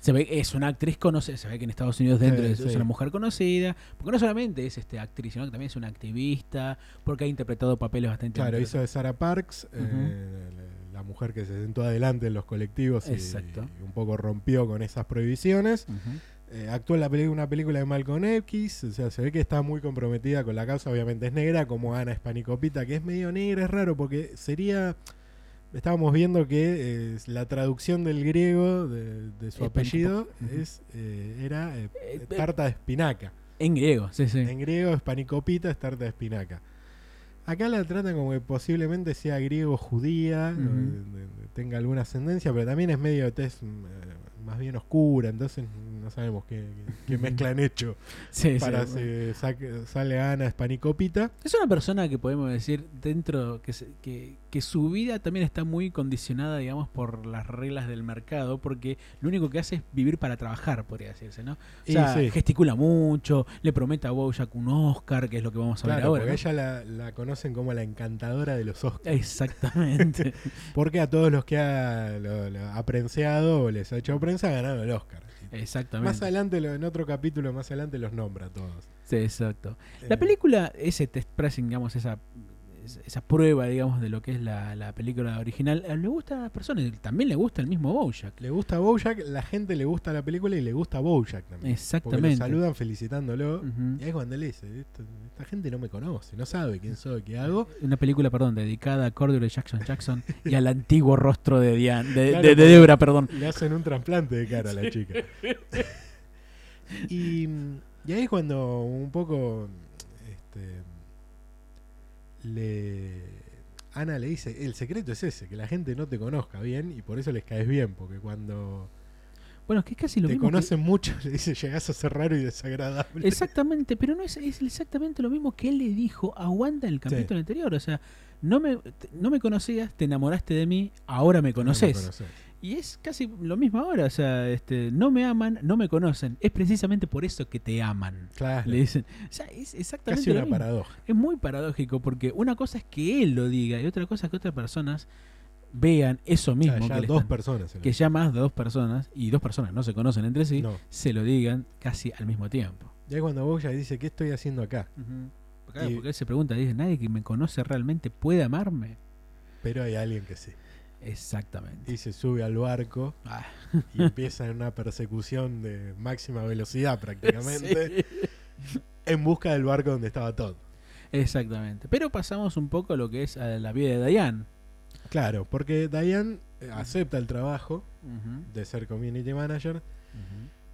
B: Se ve, es una actriz conocida, se ve que en Estados Unidos dentro
A: Sí,
B: es, es
A: sí.
B: una mujer conocida, porque no solamente es este actriz, sino que también es una activista, porque ha interpretado papeles bastante
A: Claro, hizo
B: interesantes.
A: de Sarah Parks, eh, la- la mujer que se sentó adelante en los colectivos y,
B: Exacto.
A: y un poco rompió con esas prohibiciones.
B: Ujú.
A: Eh, actuó en la peli- una película de Malcolm X, o sea, se ve que está muy comprometida con la causa, obviamente es negra, como Ana Hispanicopita, que es medio negra, es raro, porque sería... Estábamos viendo que eh, la traducción del griego de, de su
B: Hispanico-
A: apellido
B: Ujú.
A: es, eh, era eh,
B: Eh, eh,
A: tarta de espinaca.
B: en griego, sí, sí.
A: En griego hispanicopita es tarta de espinaca. Acá la tratan como que posiblemente sea griego judía, o,
B: Ujú.
A: eh, tenga alguna ascendencia, pero también es medio de tez mm, eh, más bien oscura, entonces no sabemos qué, qué mezcla han hecho
B: Sí, sí,
A: para
B: bueno.
A: que saque- sale Ana hispanicopita.
B: Es una persona que podemos decir dentro que, se- que, que su vida también está muy condicionada, digamos, por las reglas del mercado, porque lo único que hace es vivir para trabajar, podría decirse, ¿no? O
A: Y
B: sea,
A: sí.
B: gesticula mucho, le promete a Bojack un Oscar, que es lo que vamos a ver
A: Claro,
B: ahora.
A: porque
B: ¿no?
A: ella la, la conocen como la encantadora de los Oscars.
B: Exactamente.
A: Porque a todos los que ha lo- lo ha prenseado o les ha hecho prensa ganaron el Oscar.
B: Exactamente.
A: Más adelante, lo- en otro capítulo, más adelante los nombra a todos.
B: Sí, exacto. La
A: Eh,
B: película, ese test pressing, digamos, esa, es- esa prueba, digamos, de lo que es la, la película original, eh, le gusta a las personas, y también le gusta el mismo Bojack.
A: Le gusta Bojack, la gente le gusta la película y le gusta Bojack también. Porque
B: Exactamente.
A: lo saludan felicitándolo.
B: Ujú.
A: Y ahí es cuando le dice, "Esto- esta gente no me conoce, no sabe quién soy, qué hago.
B: Una película, perdón, dedicada a Cordero Jackson Jackson y al antiguo rostro de Diane, de,
A: Claro,
B: de- de
A: porque-
B: Débora, perdón.
A: Le hacen un trasplante de cara a la chica. y, y ahí es cuando un poco este, le Ana le dice, el secreto es ese, que la gente no te conozca bien y por eso les caes bien, porque cuando
B: Bueno, es que es casi lo
A: te
B: mismo. que-
A: conocen mucho, le dice, llegás a ser raro y desagradable.
B: Exactamente, pero no es, es exactamente lo mismo que él le dijo a Wanda en el capítulo anterior. O sea, no me, te- no me conocías, te enamoraste de mí, ahora
A: No
B: me
A: me
B: conoces.
A: conocés.
B: y es casi lo mismo ahora. O sea, este, no me aman, no me conocen. Es precisamente por eso que te aman.
A: Claro.
B: Le dicen. O sea, es exactamente
A: Casi
B: lo
A: una
B: mismo.
A: paradoja.
B: Es muy paradójico porque una cosa es que él lo diga y otra cosa es que otras personas vean eso
A: O sea,
B: mismo.
A: ya
B: que, le
A: dos
B: están-
A: personas. en
B: que
A: el-
B: ya más de dos personas, y dos personas no se conocen entre sí,
A: No.
B: se lo digan casi al mismo tiempo.
A: Ya es cuando Bojack dice, ¿qué estoy haciendo acá?
B: Ujú. Porque, claro,
A: Y-
B: porque él se pregunta, dice, ¿nadie que me conoce realmente puede amarme?
A: Pero hay alguien que sí.
B: Exactamente.
A: Y se sube al barco
B: Ah,
A: y empieza en una persecución de máxima velocidad prácticamente
B: sí.
A: en busca del barco donde estaba Todd.
B: Exactamente. Pero pasamos un poco a lo que es a la vida de Diane.
A: Claro, porque Diane eh, acepta el trabajo de ser community manager,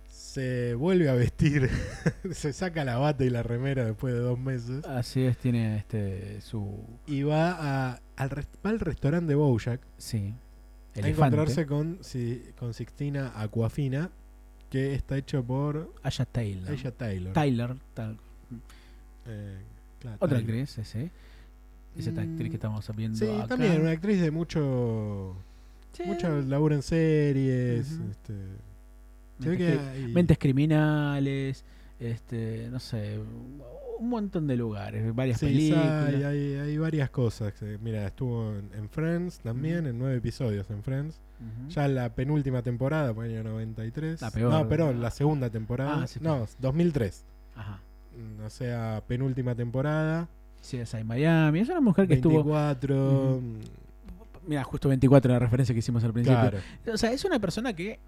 A: se vuelve a vestir, se saca la bata y la remera después de dos meses
B: Así es, tiene este su...
A: y va a- al, rest- va al restaurante de Bojack
B: Sí.
A: a
B: Elefante.
A: encontrarse con, si- con Sixtina Aquafina, que está hecho por
B: Aya Taylor.
A: Ella Taylor.
B: Tyler, tal-
A: Eh, claro,
B: otra
A: Taylor.
B: actriz, ese. Es esta
A: Mm,
B: actriz que estamos viendo
A: Sí,
B: acá.
A: también una actriz de mucho
B: Sí,
A: mucho laburo en series.
B: Ujú.
A: este, se ve
B: mentes
A: que
B: cri-
A: hay-
B: Mentes criminales, este, no sé, un montón de lugares, varias
A: sí,
B: películas.
A: hay, hay- hay varias cosas. Eh, Mira, estuvo en, en Friends también,
B: Ujú.
A: en nueve episodios en Friends.
B: Ujú.
A: Ya la penúltima temporada, por año 93.
B: La peor.
A: No, perdón, la segunda temporada.
B: Ah, sí,
A: no, 2003.
B: Ajá.
A: Mm, O sea, penúltima temporada.
B: Sí, es en Miami. Es una mujer que
A: 24.
B: estuvo. Mira, justo 24 la referencia que hicimos al principio.
A: Claro.
B: O sea, es una persona que.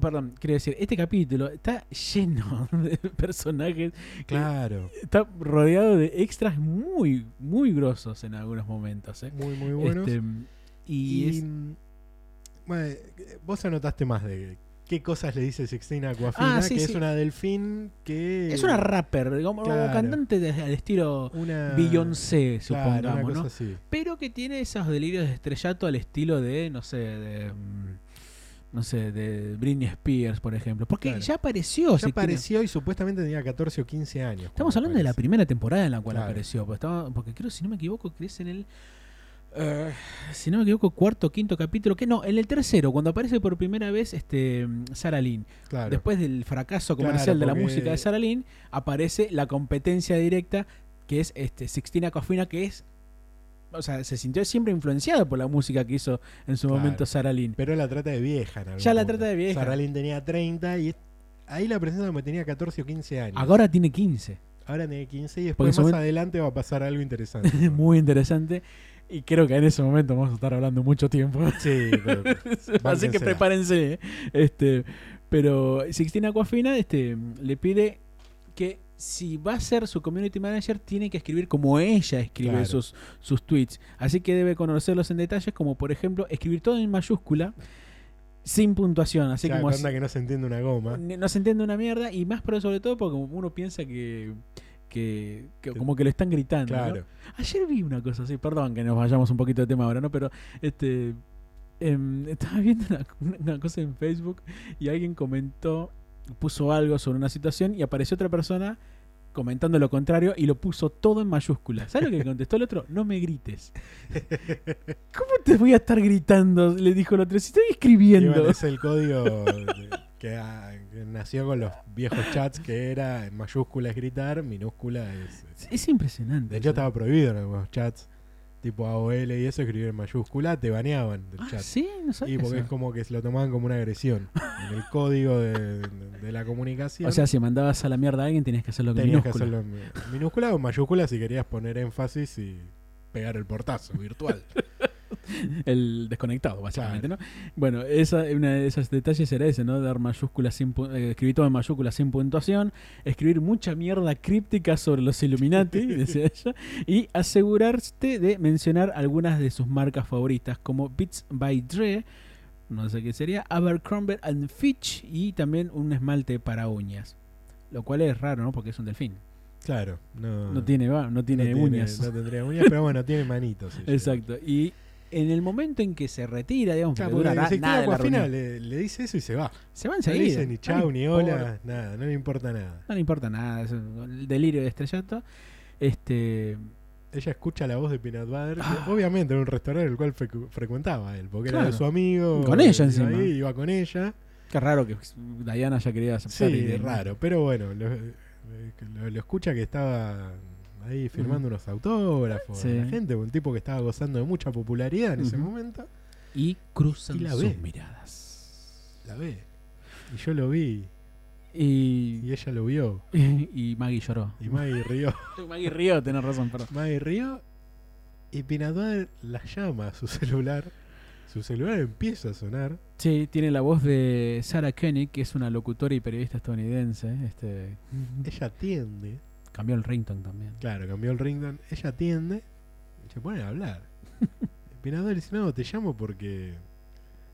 B: Perdón, quiero decir, este capítulo está lleno de personajes. que
A: Claro.
B: Está rodeado de extras muy, muy grosos en algunos momentos. ¿eh?
A: Muy, muy buenos.
B: Este, y,
A: y mm,
B: es-
A: bueno, eh, vos anotaste más de qué cosas le dice Sixteen a Aquafina,
B: Ah, sí,
A: que es
B: sí.
A: una delfín que...
B: es una rapper, digamos, como
A: Claro.
B: cantante de- al estilo
A: Una...
B: Beyoncé,
A: Claro,
B: supongamos,
A: una cosa
B: ¿no?
A: así.
B: Pero que tiene esos delirios de estrellato al estilo de, no sé, de. mm, No sé, de Britney Spears, por ejemplo. Porque
A: Claro.
B: ya apareció.
A: Ya
B: si tiene-
A: apareció y supuestamente tenía 14 o 15 años.
B: Estamos
A: cuando
B: hablando de la
A: aparece.
B: primera temporada en la
A: Pues,
B: cual
A: Claro.
B: apareció. Porque, estaba- porque creo, si no me equivoco, que es en el. eh, si no me equivoco, cuarto, quinto capítulo. Que no, en el tercero, cuando aparece por primera vez este mm, Sarah Lynn.
A: Claro.
B: Después del fracaso
A: Claro,
B: comercial de la
A: porque-
B: música de Sarah Lynn, aparece la competencia directa que es este, Sixtina Cofina, que es. O sea, se sintió siempre influenciada por la música que hizo en su
A: Claro.
B: momento Sarah Lynn.
A: Pero la trata de vieja. en algún
B: Ya la
A: punto.
B: trata de vieja.
A: Sarah Lynn tenía 30 y ahí la presenta como tenía 14 o 15 años.
B: Ahora tiene 15.
A: Ahora tiene 15 y
B: Porque en
A: después
B: su
A: más
B: momento-
A: adelante va a pasar algo interesante.
B: Muy interesante. Y creo que en ese momento vamos a estar hablando mucho tiempo.
A: Sí, pero-
B: Así que
A: Bánquensela.
B: prepárense. ¿eh? Este, pero Sixtina Aquafina este, le pide que si va a ser su community manager, tiene que escribir como ella escribe
A: Claro.
B: sus, sus tweets. Así que debe conocerlos en detalles, como por ejemplo escribir todo en mayúscula, sin puntuación. Así
A: o sea,
B: como
A: onda que no se entiende una goma.
B: n- no se entiende una mierda. Y más pero sobre todo porque uno piensa que, que, que como que lo están gritando. ¿no?
A: Claro.
B: Ayer vi una cosa así, perdón que nos vayamos un poquito de tema ahora, ¿no? Pero este em, estaba viendo una, una- una cosa en Facebook y alguien comentó, puso algo sobre una situación y apareció otra persona comentando lo contrario y lo puso todo en mayúscula. ¿Sabes lo que contestó el otro? No me grites. ¿Cómo te voy a estar gritando? Le dijo el otro, si estoy
A: Y bueno,
B: escribiendo.
A: es el código de- que, ah, que nació con los viejos chats que era en mayúscula es gritar, minúscula es... eh,
B: Es, impresionante.
A: De hecho
B: o sea.
A: estaba prohibido en algunos chats, tipo AOL y eso, escribir en mayúscula, te baneaban del
B: Ah,
A: chat.
B: sí, no
A: Y
B: sabía
A: porque
B: eso.
A: es como que se lo tomaban como una agresión. En el código de, de la comunicación.
B: O sea, si mandabas a la mierda a alguien tenías que hacerlo con
A: tenías
B: minúscula.
A: que hacerlo en mi- minúscula o en mayúscula si querías poner énfasis y pegar el portazo virtual.
B: el desconectado, básicamente, ¿no? Bueno, esa, una de esos detalles era ese, ¿no? Dar mayúsculas sin pu- eh, escribir todo en mayúsculas sin puntuación, escribir mucha mierda críptica sobre los Illuminati, decía ella, y asegurarte de mencionar algunas de sus marcas favoritas, como Beats by Dre, no sé qué sería, Abercrombie and Fitch, y también un esmalte para uñas. Lo cual es raro, ¿no? Porque es un delfín.
A: Claro, no,
B: No tiene, va, no tiene
A: Ah. no tiene-
B: uñas.
A: no tendría uñas, pero bueno, tiene manitos. ella.
B: Exacto. Y en el momento en que se retira, digamos,
A: O sea,
B: porque
A: porque
B: dura na-
A: se queda
B: nada la
A: Aquafina,
B: reunión,
A: le, le dice eso y se va.
B: se
A: No le
B: va enseguida.
A: dice ni chau,
B: le
A: ni
B: importa,
A: hola, nada, no le importa nada.
B: No le importa nada, es un- el delirio de estrellato. Este,
A: Ella escucha la voz de Peanut Butter, que
B: Ah.
A: obviamente en un restaurante el cual frecu- frecuentaba él, porque era
B: Claro.
A: de su amigo.
B: Con ella
A: iba
B: encima.
A: ahí, iba con ella.
B: qué raro que Diana ya quería aceptar.
A: Sí,
B: y-
A: raro, pero bueno, lo, eh, lo- lo escucha que estaba ahí firmando unos autógrafos,
B: Sí.
A: la gente, un tipo que estaba gozando de mucha popularidad en ese
B: Ujú.
A: momento,
B: Y cruzan
A: Y la
B: sus
A: ve.
B: miradas.
A: la ve. Y yo lo vi, y
B: Y,
A: ella lo vio,
B: y Maggie lloró.
A: y Maggie rió.
B: Maggie rió, tenés razón, perdón.
A: Maggie rió, y Pinatuar la llama a su celular. Su celular empieza a sonar.
B: Sí, tiene la voz de Sarah Koenig, que es una locutora y periodista estadounidense. Este,
A: Ella atiende.
B: cambió el ringtone también.
A: Claro, cambió el ringtone. Ella atiende y se ponen a hablar. Pinador le dice, no, te llamo porque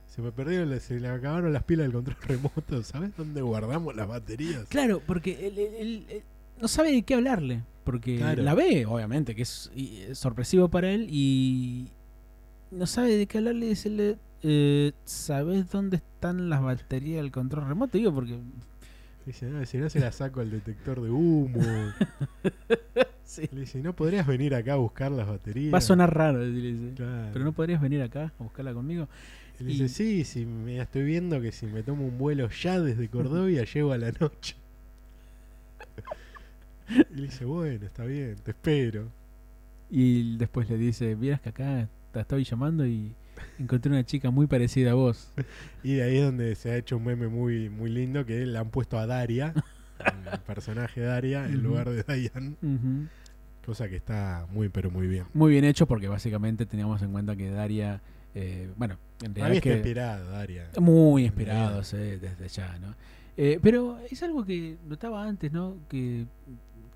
A: se me perdieron, las- se le acabaron las pilas del control remoto. ¿Sabes dónde guardamos las baterías?
B: Claro, porque él, él- él- él eh, no sabe de qué hablarle. Porque
A: Claro.
B: la ve, obviamente, que es y- es sorpresivo para él y no sabe de qué hablarle y decirle, eh, ¿sabes dónde están las baterías del control remoto? Digo, porque...
A: Dice, no, si no se la saco al detector de humo.
B: Sí.
A: Le dice, no podrías venir acá a buscar las baterías.
B: Va a sonar raro, le dice.
A: Claro.
B: Pero no podrías venir acá a buscarla conmigo.
A: Y le dice,
B: y-
A: sí, si me estoy viendo que si me tomo un vuelo ya desde Cordovia, llego a la noche. Y le dice, bueno, está bien, te espero.
B: Y después le dice, vieras que acá te estoy llamando y encontré una chica muy parecida a vos.
A: Y de ahí es donde se ha hecho un meme muy, muy lindo que le han puesto a Daria, el personaje Daria, en
B: Ujú.
A: lugar de Diane,
B: Ujú.
A: cosa que está muy, pero muy bien.
B: Muy bien hecho porque básicamente teníamos en cuenta que Daria Eh, bueno, en
A: Me había este
B: realidad que
A: inspirado, Daria.
B: muy inspirados eh, desde ya, ¿no? Eh, pero es algo que notaba antes, ¿no? Que,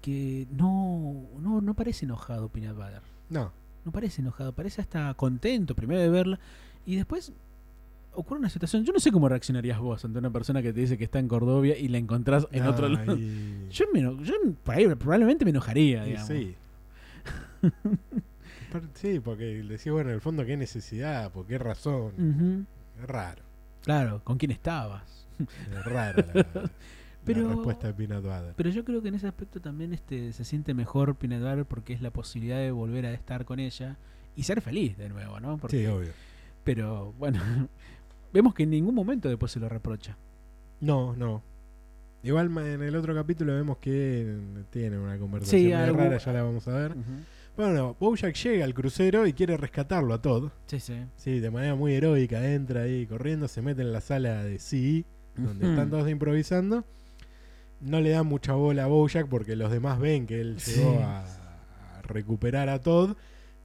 B: que no, no, no parece enojado Peanut Butter.
A: No,
B: No parece enojado, parece hasta contento primero de verla y después ocurre una situación. Yo no sé cómo reaccionarías vos ante una persona que te dice que está en Cordovia y la encontrás en
A: no,
B: otro lado.
A: y-
B: Yo, me eno- yo por ahí probablemente me enojaría,
A: y
B: digamos.
A: sí. Par- sí, porque decís, bueno, en el fondo, qué necesidad, por qué razón.
B: Ujú.
A: Es raro.
B: Claro, ¿con quién estabas?
A: Es raro la, la
B: Pero-
A: respuesta de Peanut Butter.
B: Pero yo creo que en ese aspecto también este, se siente mejor Peanut Butter porque es la posibilidad de volver a estar con ella y ser feliz de nuevo, ¿no? Porque-
A: Sí, obvio.
B: Pero bueno, vemos que en ningún momento después se lo reprocha.
A: No, no. Igual ma- en el otro capítulo vemos que mm, tiene una conversación
B: Sí,
A: muy
B: algo-
A: rara, ya la vamos a ver. Bueno, Bojack llega al crucero y quiere rescatarlo a Todd.
B: Sí, sí.
A: Sí, de manera muy heroica entra ahí corriendo, se mete en la sala de sí, donde
B: Ujú.
A: están todos improvisando. No le da mucha bola a Bojack porque los demás ven que él
B: Sí.
A: llegó a, a recuperar a Todd.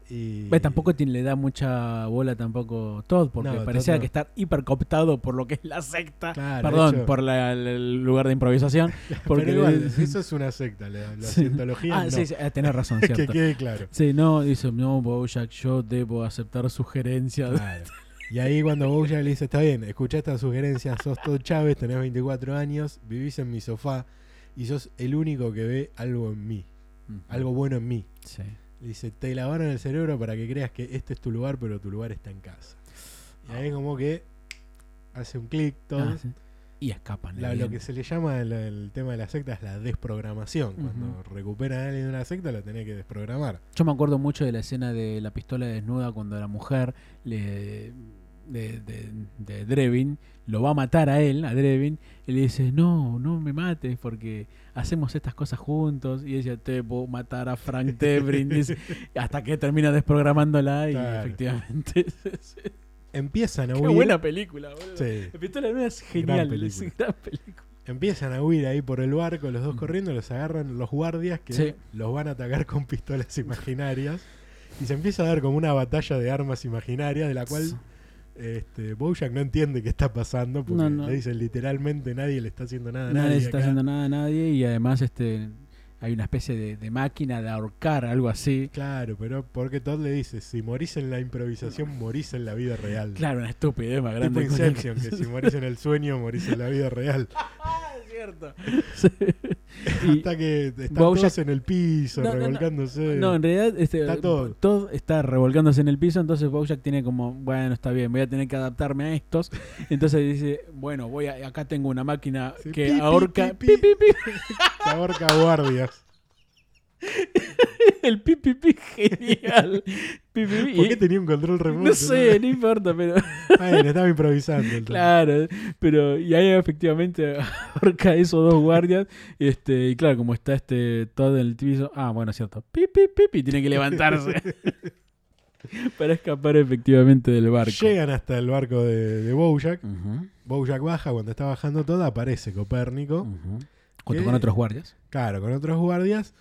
A: Y
B: Ve, tampoco tiene- le da mucha bola tampoco Todd, porque
A: No, Todd
B: parecía
A: no.
B: que está hipercoptado por lo que es la secta.
A: Claro, de
B: Perdón,
A: hecho,
B: por la- el lugar de improvisación.
A: pero
B: Porque
A: igual, eso es una secta, la, la
B: Sí.
A: cientología.
B: Ah,
A: no.
B: sí, sí, ah, tenés razón,
A: que
B: cierto.
A: quede claro.
B: Sí, no, dice, no, Bojack, yo debo aceptar sugerencias.
A: Claro. Y ahí cuando Bojack le dice, está bien, escuchá estas sugerencias, sos Todd Chávez, tenés 24 años, vivís en mi sofá y sos el único que ve algo en mí, algo bueno en mí.
B: Sí.
A: Le dice, te lavaron el cerebro para que creas que este es tu lugar, pero tu lugar está en casa. Y ahí como que hace un clic todo.
B: Ah, sí. Y escapan.
A: La- lo que
B: evidente.
A: se le llama el, el tema de la secta es la desprogramación. Cuando
B: Ujú.
A: recuperan a alguien de una secta, lo tenés que desprogramar.
B: Yo me acuerdo mucho de la escena de la pistola desnuda cuando la mujer le, de, de, de Drevin lo va a matar a él, a Drevin, y le dice, no, no me mates porque hacemos estas cosas juntos y ella te puedo matar a Frank Debrin, dice, hasta que termina desprogramándola y
A: Claro.
B: efectivamente... es- es-
A: Empiezan a
B: Qué
A: huir.
B: buena película, boludo.
A: Sí.
B: La pistola desnuda es genial,
A: Gran
B: es gran película.
A: Empiezan a huir ahí por el barco, los dos
B: Ujú.
A: corriendo, los agarran los guardias que
B: Mm. Sí.
A: los van a atacar con pistolas imaginarias. Y se empieza a dar como una batalla de armas imaginarias, de la cual este, Bojack no entiende qué está pasando, porque
B: No, no.
A: le dicen literalmente nadie le está haciendo nada a nadie.
B: Nadie se está
A: acá".
B: haciendo nada a nadie y además este hay una especie de, de máquina de ahorcar, algo así.
A: Claro, pero porque Todd le dice, si morís en la improvisación, morís en la vida real.
B: Claro, una estupidez más
A: Tipo
B: grande.
A: Inception, que si morís en el sueño, morís en la vida real.
B: es cierto. Sí. Y-
A: Hasta que están
B: Bojack-
A: todos en el piso,
B: No, no, no.
A: revolcándose.
B: no, en realidad este,
A: Está todo.
B: Todd está revolcándose en el piso, entonces Bojack tiene como, bueno, está bien, voy a tener que adaptarme a estos. Entonces dice, bueno, voy a, acá tengo una máquina
A: Sí,
B: que
A: pi, pi,
B: ahorca...
A: pi, pi.
B: pi, pi, pi.
A: Se ahorca guardias.
B: El pi, pi, pi, genial. Pi, pi, pi.
A: ¿Por qué tenía un control remoto?
B: no sé, no importa, pero...
A: Bueno, estaba improvisando. entonces.
B: Claro, pero y ahí efectivamente ahorca a esos dos guardias, este, y claro, como está este todo en el piso, ah, bueno, cierto, pip, pip, pip, y tiene que levantarse para escapar efectivamente del barco.
A: Llegan hasta el barco de, de Bojack.
B: Ujú,
A: Bojack baja, cuando está bajando toda, aparece Copérnico.
B: ujú. Junto
A: ¿Qué?
B: con otros guardias.
A: Claro, con otros guardias.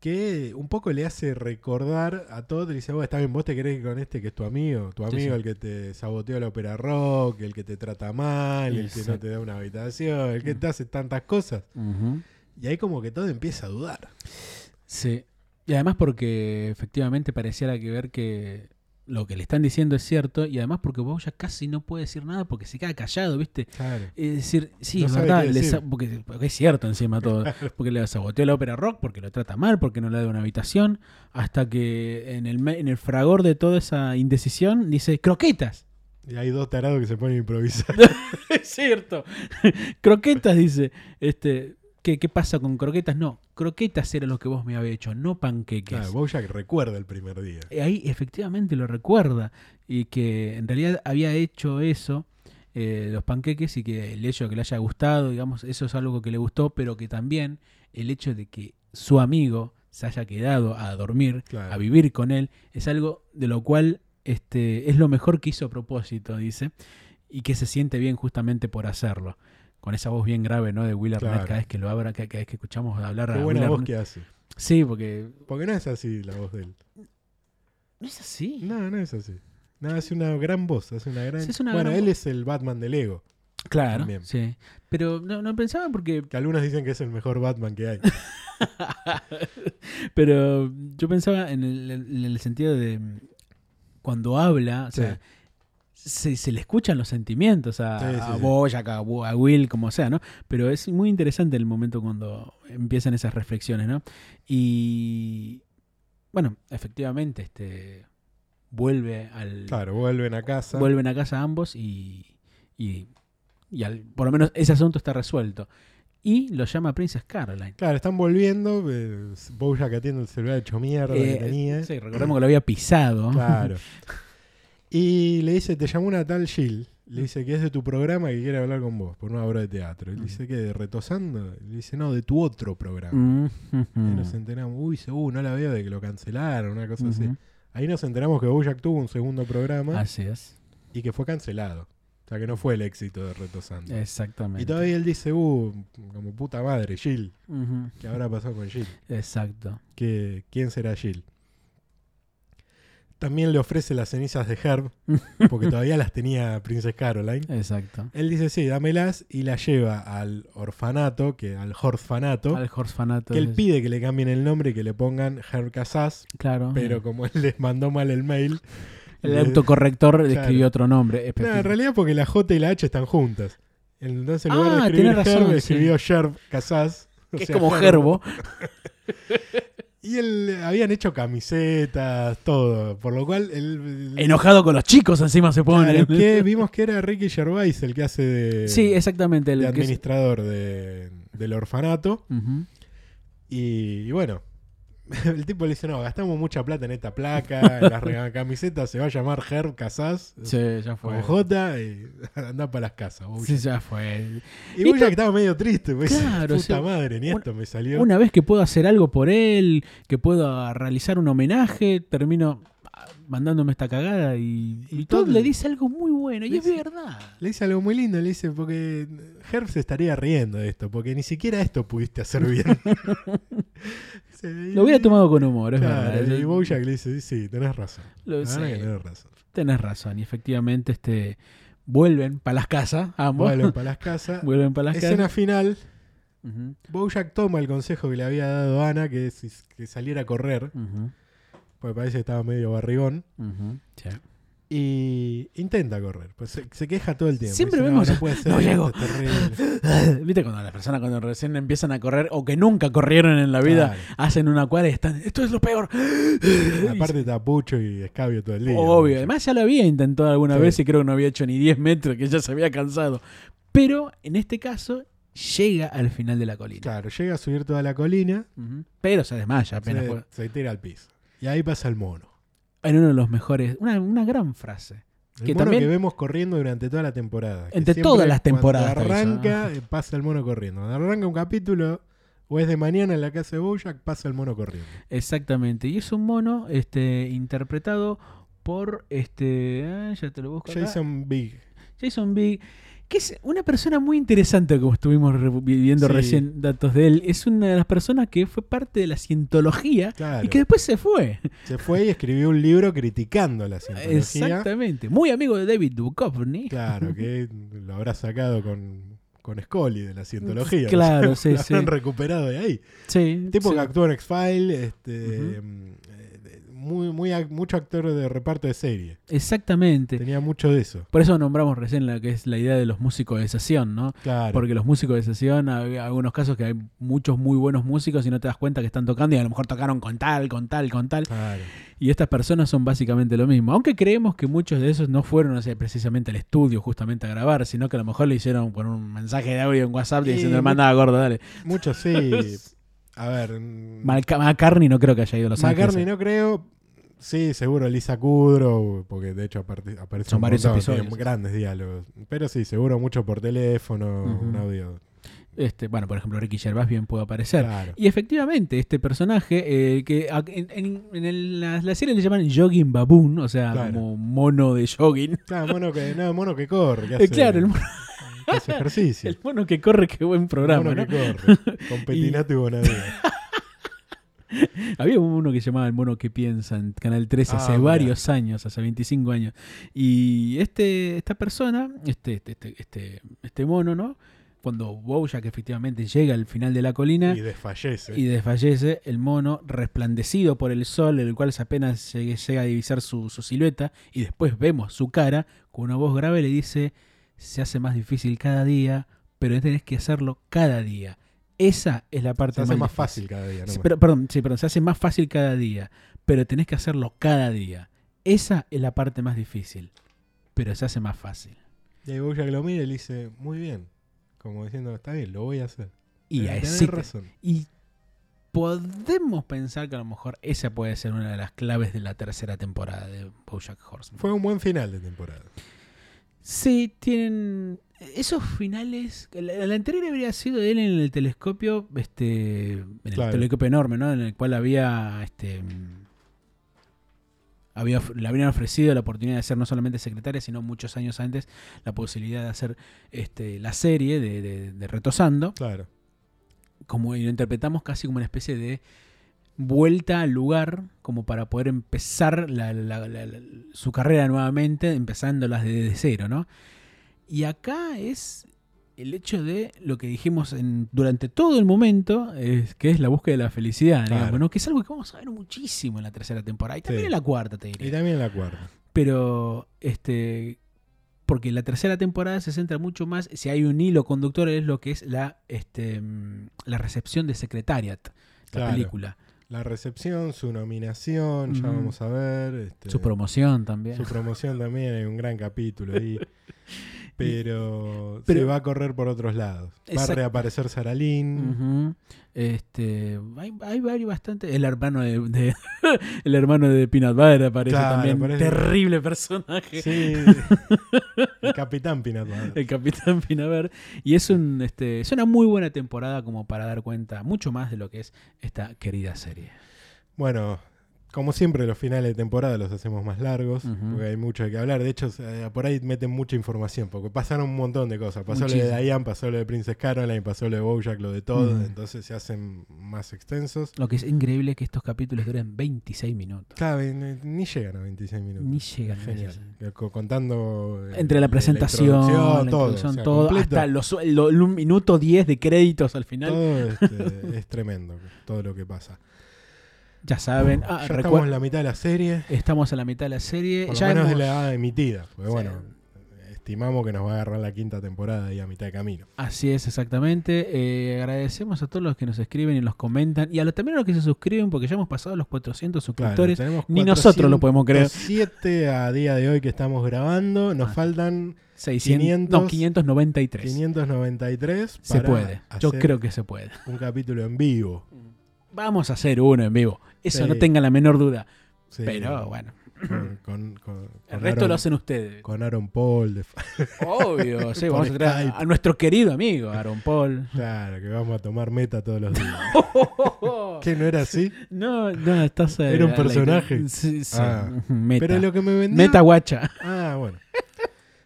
A: Que un poco le hace recordar a Todd. Le dice, vos está bien, vos te querés ir con este que es tu amigo. Tu
B: Sí,
A: amigo
B: sí.
A: el que te saboteó la ópera rock, el que te trata mal, el que no
B: Exacto.
A: te da una habitación, el que
B: Mm.
A: te hace tantas cosas.
B: Ujú.
A: Y ahí como que todo empieza a dudar.
B: Sí. Y además porque efectivamente pareciera que ver que lo que le están diciendo es cierto, y además porque vos ya casi no puede decir nada porque se queda callado, ¿viste?
A: Claro.
B: Es decir, sí,
A: No
B: es
A: sabe
B: verdad,
A: qué
B: le
A: decir.
B: sa- porque, porque es cierto encima todo. Porque le saboteó la ópera rock, porque lo trata mal, porque no le da una habitación, hasta que en el, me- en el fragor de toda esa indecisión dice, croquetas.
A: Y hay dos tarados que se ponen a improvisar.
B: es cierto. croquetas, dice. Este, ¿qué, ¿Qué pasa con croquetas? No, croquetas era lo que vos me había hecho, no panqueques.
A: Claro, Bojack recuerda el primer día.
B: Y eh, ahí efectivamente lo recuerda y que en realidad había hecho eso eh, los panqueques y que el hecho de que le haya gustado digamos eso es algo que le gustó pero que también el hecho de que su amigo se haya quedado a dormir
A: Claro.
B: a vivir con él es algo de lo cual este es lo mejor que hizo a propósito dice y que se siente bien justamente por hacerlo con esa voz bien grave no de Will Arnett
A: Claro.
B: cada vez que lo abra cada cada vez que escuchamos hablar
A: Qué
B: a
A: buena
B: Will
A: voz
B: Arnett.
A: que hace.
B: sí porque
A: Porque no es así la voz de él.
B: no es así
A: No, no es así. No, hace una gran voz, hace una gran...
B: Sí, es una
A: bueno,
B: gran
A: él
B: voz.
A: es el Batman del ego.
B: Claro,
A: También.
B: sí. Pero no, no pensaba porque.
A: Que algunos dicen que es el mejor Batman que hay.
B: Pero yo pensaba en el, en el sentido de. mm, Cuando habla, o
A: Sí.
B: sea, se, se le escuchan los sentimientos a,
A: Sí, sí,
B: a
A: sí.
B: Bojack, a, Wo- a Will, como sea, ¿no? Pero es muy interesante el momento cuando empiezan esas reflexiones, ¿no? Y. Bueno, efectivamente, este. Vuelve al.
A: Claro, vuelven a casa.
B: Vuelven a casa ambos y, y, y al- por lo menos ese asunto está resuelto. Y lo llama Princess Caroline.
A: Claro, están volviendo. eh, Bojack atiende el celular hecho mierda que
B: Eh,
A: tenía.
B: sí, recordemos que lo había pisado.
A: Claro. Y le dice, te llamó una tal Jill. Le dice que es de tu programa y que quiere hablar con vos por una obra de teatro. Y le dice que de retosando. Y Le dice, no, de tu otro programa.
B: Mm,
A: Y
B: ujú.
A: nos enteramos, uy, se- uh, no la veo de que lo cancelaron, una cosa así.
B: Ujú.
A: Ahí nos enteramos que Bojack tuvo un segundo programa
B: Así es.
A: y que fue cancelado. O sea, que no fue el éxito de Retosando.
B: Eh, Exactamente.
A: Y todavía él dice, uh, como puta madre, Jill.
B: Ujú.
A: ¿Qué habrá pasado con Jill?
B: Exacto.
A: que quién será Jill. También le ofrece las cenizas de Herb, porque todavía las tenía Princess Caroline.
B: Exacto.
A: Él dice, sí, dámelas y la lleva al orfanato, que al horfanato,
B: Al Horsfanato.
A: que él pide que le cambien el nombre y que le pongan Herb Casas,
B: Claro.
A: pero como él les mandó mal el mail...
B: el
A: le-
B: autocorrector describió
A: Claro.
B: otro nombre.
A: No, en realidad porque la J y la H están juntas. Entonces en lugar
B: Ah,
A: de escribir
B: tenés razón,
A: Herb,
B: sí.
A: escribió Herb Casas. o
B: Que es
A: sea,
B: como
A: Herb.
B: Gerbo.
A: Y él, eh, habían hecho camisetas, todo. Por lo cual, él,
B: Enojado con los chicos encima se pone.
A: Claro, que vimos que era Ricky Gervais el que hace de,
B: Sí, exactamente. El
A: de
B: que es-
A: administrador de- del orfanato.
B: Ujú.
A: Y, y bueno, el tipo le dice, no, gastamos mucha plata en esta placa, en las rega- camisetas, se va a llamar Herb Casas.
B: Sí, ya
A: Con
B: fue.
A: J y eh, anda para las casas. Bojack.
B: Sí, ya fue.
A: y
B: y
A: Bojack
B: to-
A: estaba medio triste, pues,
B: Claro,
A: puta
B: sí.
A: madre, ni
B: Una-
A: esto me salió.
B: Una vez que puedo hacer algo por él, que puedo realizar un homenaje, termino ah, mandándome esta cagada y,
A: Y
B: y Todd
A: Todd-
B: le dice algo muy bueno y
A: le
B: es
A: dice-
B: verdad.
A: Le dice algo muy lindo, le dice, porque Herb se estaría riendo de esto, porque ni siquiera esto pudiste hacer bien. Se-
B: Lo hubiera tomado con humor, es
A: Claro,
B: verdad.
A: y Bojack le dice, sí, tenés razón.
B: Lo-
A: La verdad
B: sí,
A: que tenés razón.
B: tenés razón. Y efectivamente este, vuelven para las casas, ambos.
A: Vuelven para las casas.
B: vuelven para las
A: Escena
B: casas.
A: final.
B: Ujú,
A: Bojack toma el consejo que le había dado Ana, que, es- que saliera a correr,
B: ujú,
A: porque parece que estaba medio barrigón,
B: ujú, sí.
A: y intenta correr. Pues se, se queja todo el tiempo.
B: Siempre
A: Dice,
B: vemos-
A: No, no puede ser,
B: no
A: esto
B: llego".
A: es terrible.
B: Viste cuando las personas cuando recién empiezan a correr o que nunca corrieron en la vida,
A: Claro.
B: hacen una cuadra y están, esto es lo peor. Y
A: Aparte tapucho y escabio todo el día. pues.
B: Obvio,
A: Bojack.
B: además ya lo había intentado alguna
A: Sí.
B: vez y creo que no había hecho ni 10 metros, que ya se había cansado. Pero en este caso llega al final de la colina.
A: Claro, llega a subir toda la colina,
B: Ujú. Pero se desmaya apenas.
A: se,
B: fue-
A: se tira al piso. Y ahí pasa el mono.
B: En uno de los mejores, una, una gran frase.
A: El
B: Que
A: mono
B: también-
A: que vemos corriendo durante toda la temporada. que
B: Entre
A: siempre
B: todas las
A: cuando
B: temporadas está eso,
A: Arranca, eh, pasa el mono corriendo. Cuando arranca un capítulo, o es de mañana en la casa de Bojack, pasa el mono corriendo.
B: Exactamente. Y es un mono este, interpretado por este. ah, ya te lo busco. acá.
A: Jason Big.
B: Jason Big, que es una persona muy interesante, como estuvimos re- viendo
A: Sí.
B: recién datos de él. Es una de las personas que fue parte de la cientología
A: Claro.
B: y que después se fue.
A: Se fue y escribió un libro criticando la cientología.
B: Exactamente. Muy amigo de David Duchovny.
A: Claro, que lo habrá sacado con, con Scully de la cientología.
B: Claro,
A: Lo
B: sí, sí.
A: habrán recuperado de ahí.
B: Sí,
A: Tipo
B: sí.
A: que actuó en X-Files, este,
B: Ujú.
A: em, eh, de- muy, muy, ac- mucho actor de reparto de serie.
B: Exactamente.
A: Tenía mucho de eso.
B: Por eso nombramos recién la que es la idea de los músicos de sesión, ¿no?
A: Claro.
B: Porque los músicos de sesión, hay algunos casos que hay muchos muy buenos músicos y no te das cuenta que están tocando y a lo mejor tocaron con tal, con tal, con tal.
A: Claro.
B: Y estas personas son básicamente lo mismo. Aunque creemos que muchos de esos no fueron o sea, precisamente al estudio justamente a grabar, sino que a lo mejor le hicieron por un mensaje de audio en WhatsApp
A: Y
B: diciendo,
A: mu-
B: mandaba gordo, dale.
A: Muchos sí. A ver. mm,
B: Malca- McCartney no creo que haya ido a Los
A: McCartney
B: Ángeles.
A: no creo. Sí, seguro Lisa Kudrow, porque de hecho aparte- aparece
B: Son
A: un
B: varios
A: montón, tiene
B: episodios.
A: grandes diálogos. Pero sí, seguro mucho por teléfono,
B: Ujú.
A: un audio.
B: Este, bueno, por ejemplo, Ricky Gervais bien puede aparecer.
A: Claro.
B: Y efectivamente, este personaje, eh, que a- en, en- en el- la, la serie le llaman Jogging Baboon, o sea,
A: Claro.
B: como mono de jogging.
A: Claro, mono que, no, mono que corre, que
B: Eh,
A: hace,
B: claro, el mono,
A: que hace ejercicio.
B: el mono que corre, qué buen programa,
A: mono
B: ¿no?
A: que corre. Con Petinato y, Bonadía.
B: Había uno que se llamaba El Mono que Piensa en Canal 13
A: Ah,
B: hace
A: mirá.
B: varios años, hace 25 años. Y este, esta persona, este, este, este, este, este mono, ¿no? Cuando Bojack efectivamente llega al final de la colina
A: Y desfallece.
B: y desfallece, el mono, resplandecido por el sol, el cual apenas llegue- llega a divisar su, su silueta, y después vemos su cara, con una voz grave le dice, se hace más difícil cada día, pero tenés que hacerlo cada día. Esa es la parte
A: se hace más
B: difícil.
A: fácil cada día. ¿no?
B: Sí, pero, perdón, sí, perdón, se hace más fácil cada día, pero tenés que hacerlo cada día. Esa es la parte más difícil, pero se hace más fácil.
A: Y ahí Bojack lo mira y le dice, muy bien. Como diciendo, está bien, lo voy a hacer.
B: Y,
A: Pero
B: ahí
A: tenés
B: sí te-
A: razón.
B: y podemos pensar que a lo mejor esa puede ser una de las claves de la tercera temporada de Bojack Horseman.
A: Fue un buen final de temporada.
B: Sí, tienen esos finales. La, la anterior habría sido él en el telescopio, este, en el
A: Claro.
B: telescopio enorme, ¿no? En el cual había, este, mm, había of- le habían ofrecido la oportunidad de ser no solamente secretaria, sino muchos años antes la posibilidad de hacer, este, la serie de, de- de retosando,
A: Claro.
B: como y lo interpretamos casi como una especie de vuelta al lugar como para poder empezar la- la- la- la- su carrera nuevamente, empezándolas desde cero, ¿no? Y acá es el hecho de lo que dijimos en- durante todo el momento, es, que es la búsqueda de la felicidad,
A: Claro.
B: digamos, ¿no? que es algo que vamos a ver muchísimo en la tercera temporada, y también
A: Sí.
B: en la cuarta, te diría.
A: Y también la cuarta.
B: Pero, este. Porque la tercera temporada se centra mucho más. Si hay un hilo conductor, es lo que es la, este, mm, la recepción de Secretariat, la
A: Claro.
B: película.
A: La recepción, su nominación, ya
B: Ujú.
A: vamos a ver. este,
B: Su promoción también.
A: su promoción también, hay un gran capítulo ahí. Pero, se
B: Pero-
A: va a correr por otros lados. Va a
B: Exacto.
A: reaparecer Saralín.
B: Ujú. este, hay, hay varios bastante. El hermano de, de- el hermano de Peanut Butter aparece
A: Claro,
B: también.
A: aparece.
B: Terrible personaje.
A: Sí. El Capitán Pinat
B: El Capitán Pinaver. Y es un este, es una muy buena temporada como para dar cuenta mucho más de lo que es esta querida serie.
A: Bueno, como siempre, los finales de temporada los hacemos más largos,
B: Ujú.
A: porque hay mucho que hablar. De hecho, eh, por ahí meten mucha información, porque pasaron un montón de cosas. Pasó lo
B: Muchísimo.
A: de Diane, pasó lo de Princess Caroline, pasó lo de Bojack, lo de todo.
B: Mm.
A: Entonces se hacen más extensos.
B: Lo que es increíble es que estos capítulos duran 26 minutos.
A: Claro, y ni- eh, ni llegan a 26 minutos.
B: Ni llegan. a eso.
A: Genial. Eh, Co- Contando. eh,
B: Entre la presentación, la
A: introducción, todo,
B: introducción,
A: o sea,
B: todo,
A: completo.
B: hasta los, lo- el un minuto 10 de créditos al final.
A: Todo este, es tremendo, todo lo que pasa.
B: Ya saben. Ah,
A: ya
B: recuer-
A: estamos en la mitad de la serie,
B: Estamos a la mitad de la serie.
A: por lo
B: ya
A: menos de
B: hemos-
A: la emitida. Porque
B: Sí.
A: bueno, estimamos que nos va a agarrar la quinta temporada ahí a mitad de camino.
B: Así es, exactamente. Eh, agradecemos a todos los que nos escriben y nos comentan. Y a los, también a los que se suscriben, porque ya hemos pasado los 400
A: Claro,
B: suscriptores.
A: tenemos
B: ni nosotros lo podemos creer.
A: 407 a día de hoy que estamos grabando. Nos
B: Ah.
A: faltan
B: 600,
A: 500,
B: no, 593.
A: 593
B: se
A: para
B: puede. Yo
A: hacer
B: creo que se puede.
A: un capítulo en vivo.
B: Vamos a hacer uno en vivo. Eso
A: Sí.
B: no tenga la menor duda.
A: Sí,
B: Pero bueno,
A: con, con- con- con
B: el resto
A: Aaron-
B: lo hacen ustedes.
A: con Aaron Paul. de-
B: Obvio, sí,
A: Por
B: vamos a traer
A: Skype.
B: a nuestro querido amigo Aaron Paul.
A: claro, que vamos a tomar meta todos los días. que no era así.
B: No, no, estás eh,
A: Oh. Era un
B: al aire.
A: personaje.
B: Sí, sí.
A: Ah.
B: Meta.
A: Pero lo que me vendió.
B: Meta guacha.
A: Ah, bueno.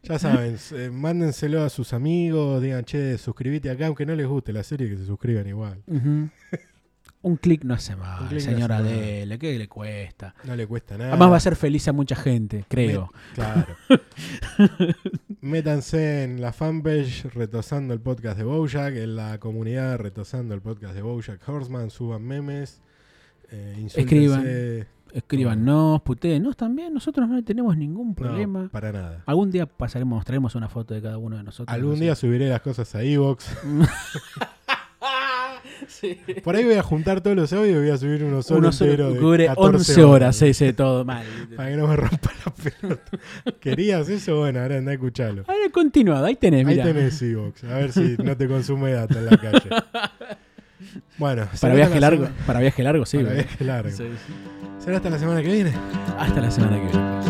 A: Ya saben, eh, mándenselo a sus amigos, digan, che, suscribite acá, aunque no les guste la serie, que se suscriban igual.
B: Ujú. Un clic no hace
A: Un
B: mal,
A: clic no
B: señora
A: hace mal.
B: Adele, ¿qué le cuesta?
A: No le cuesta nada.
B: Además va a ser feliz a mucha gente, creo.
A: Met- claro. Métanse en la fanpage retosando el podcast de Bojack, en la comunidad retosando el podcast de Bojack Horseman, suban memes, eh, insúltense.
B: Escríbanos, putéenos también, nosotros no tenemos ningún problema.
A: No, para nada.
B: Algún día pasaremos, nos traemos una foto de cada uno de nosotros.
A: Algún
B: no sé.
A: día subiré las cosas a Evox.
B: Sí.
A: Por ahí voy a juntar todos los audios y voy a subir uno solo
B: Uno solo
A: entero de
B: cubre
A: 14
B: 11 horas, sí, sí, todo mal.
A: Para que no me rompa la pelota. ¿Querías eso? Bueno, ahora anda a escucharlo.
B: Ahora continuado, ahí tenés,
A: Ahí
B: mira.
A: tenés Evox. A ver si no te consume data en la calle. Bueno,
B: Para
A: será hasta
B: viaje
A: la
B: largo,
A: semana-
B: para viaje largo, sí.
A: para
B: ¿verdad?
A: viaje largo.
B: Sí, sí.
A: ¿Será hasta la semana que viene?
B: Hasta la semana que viene.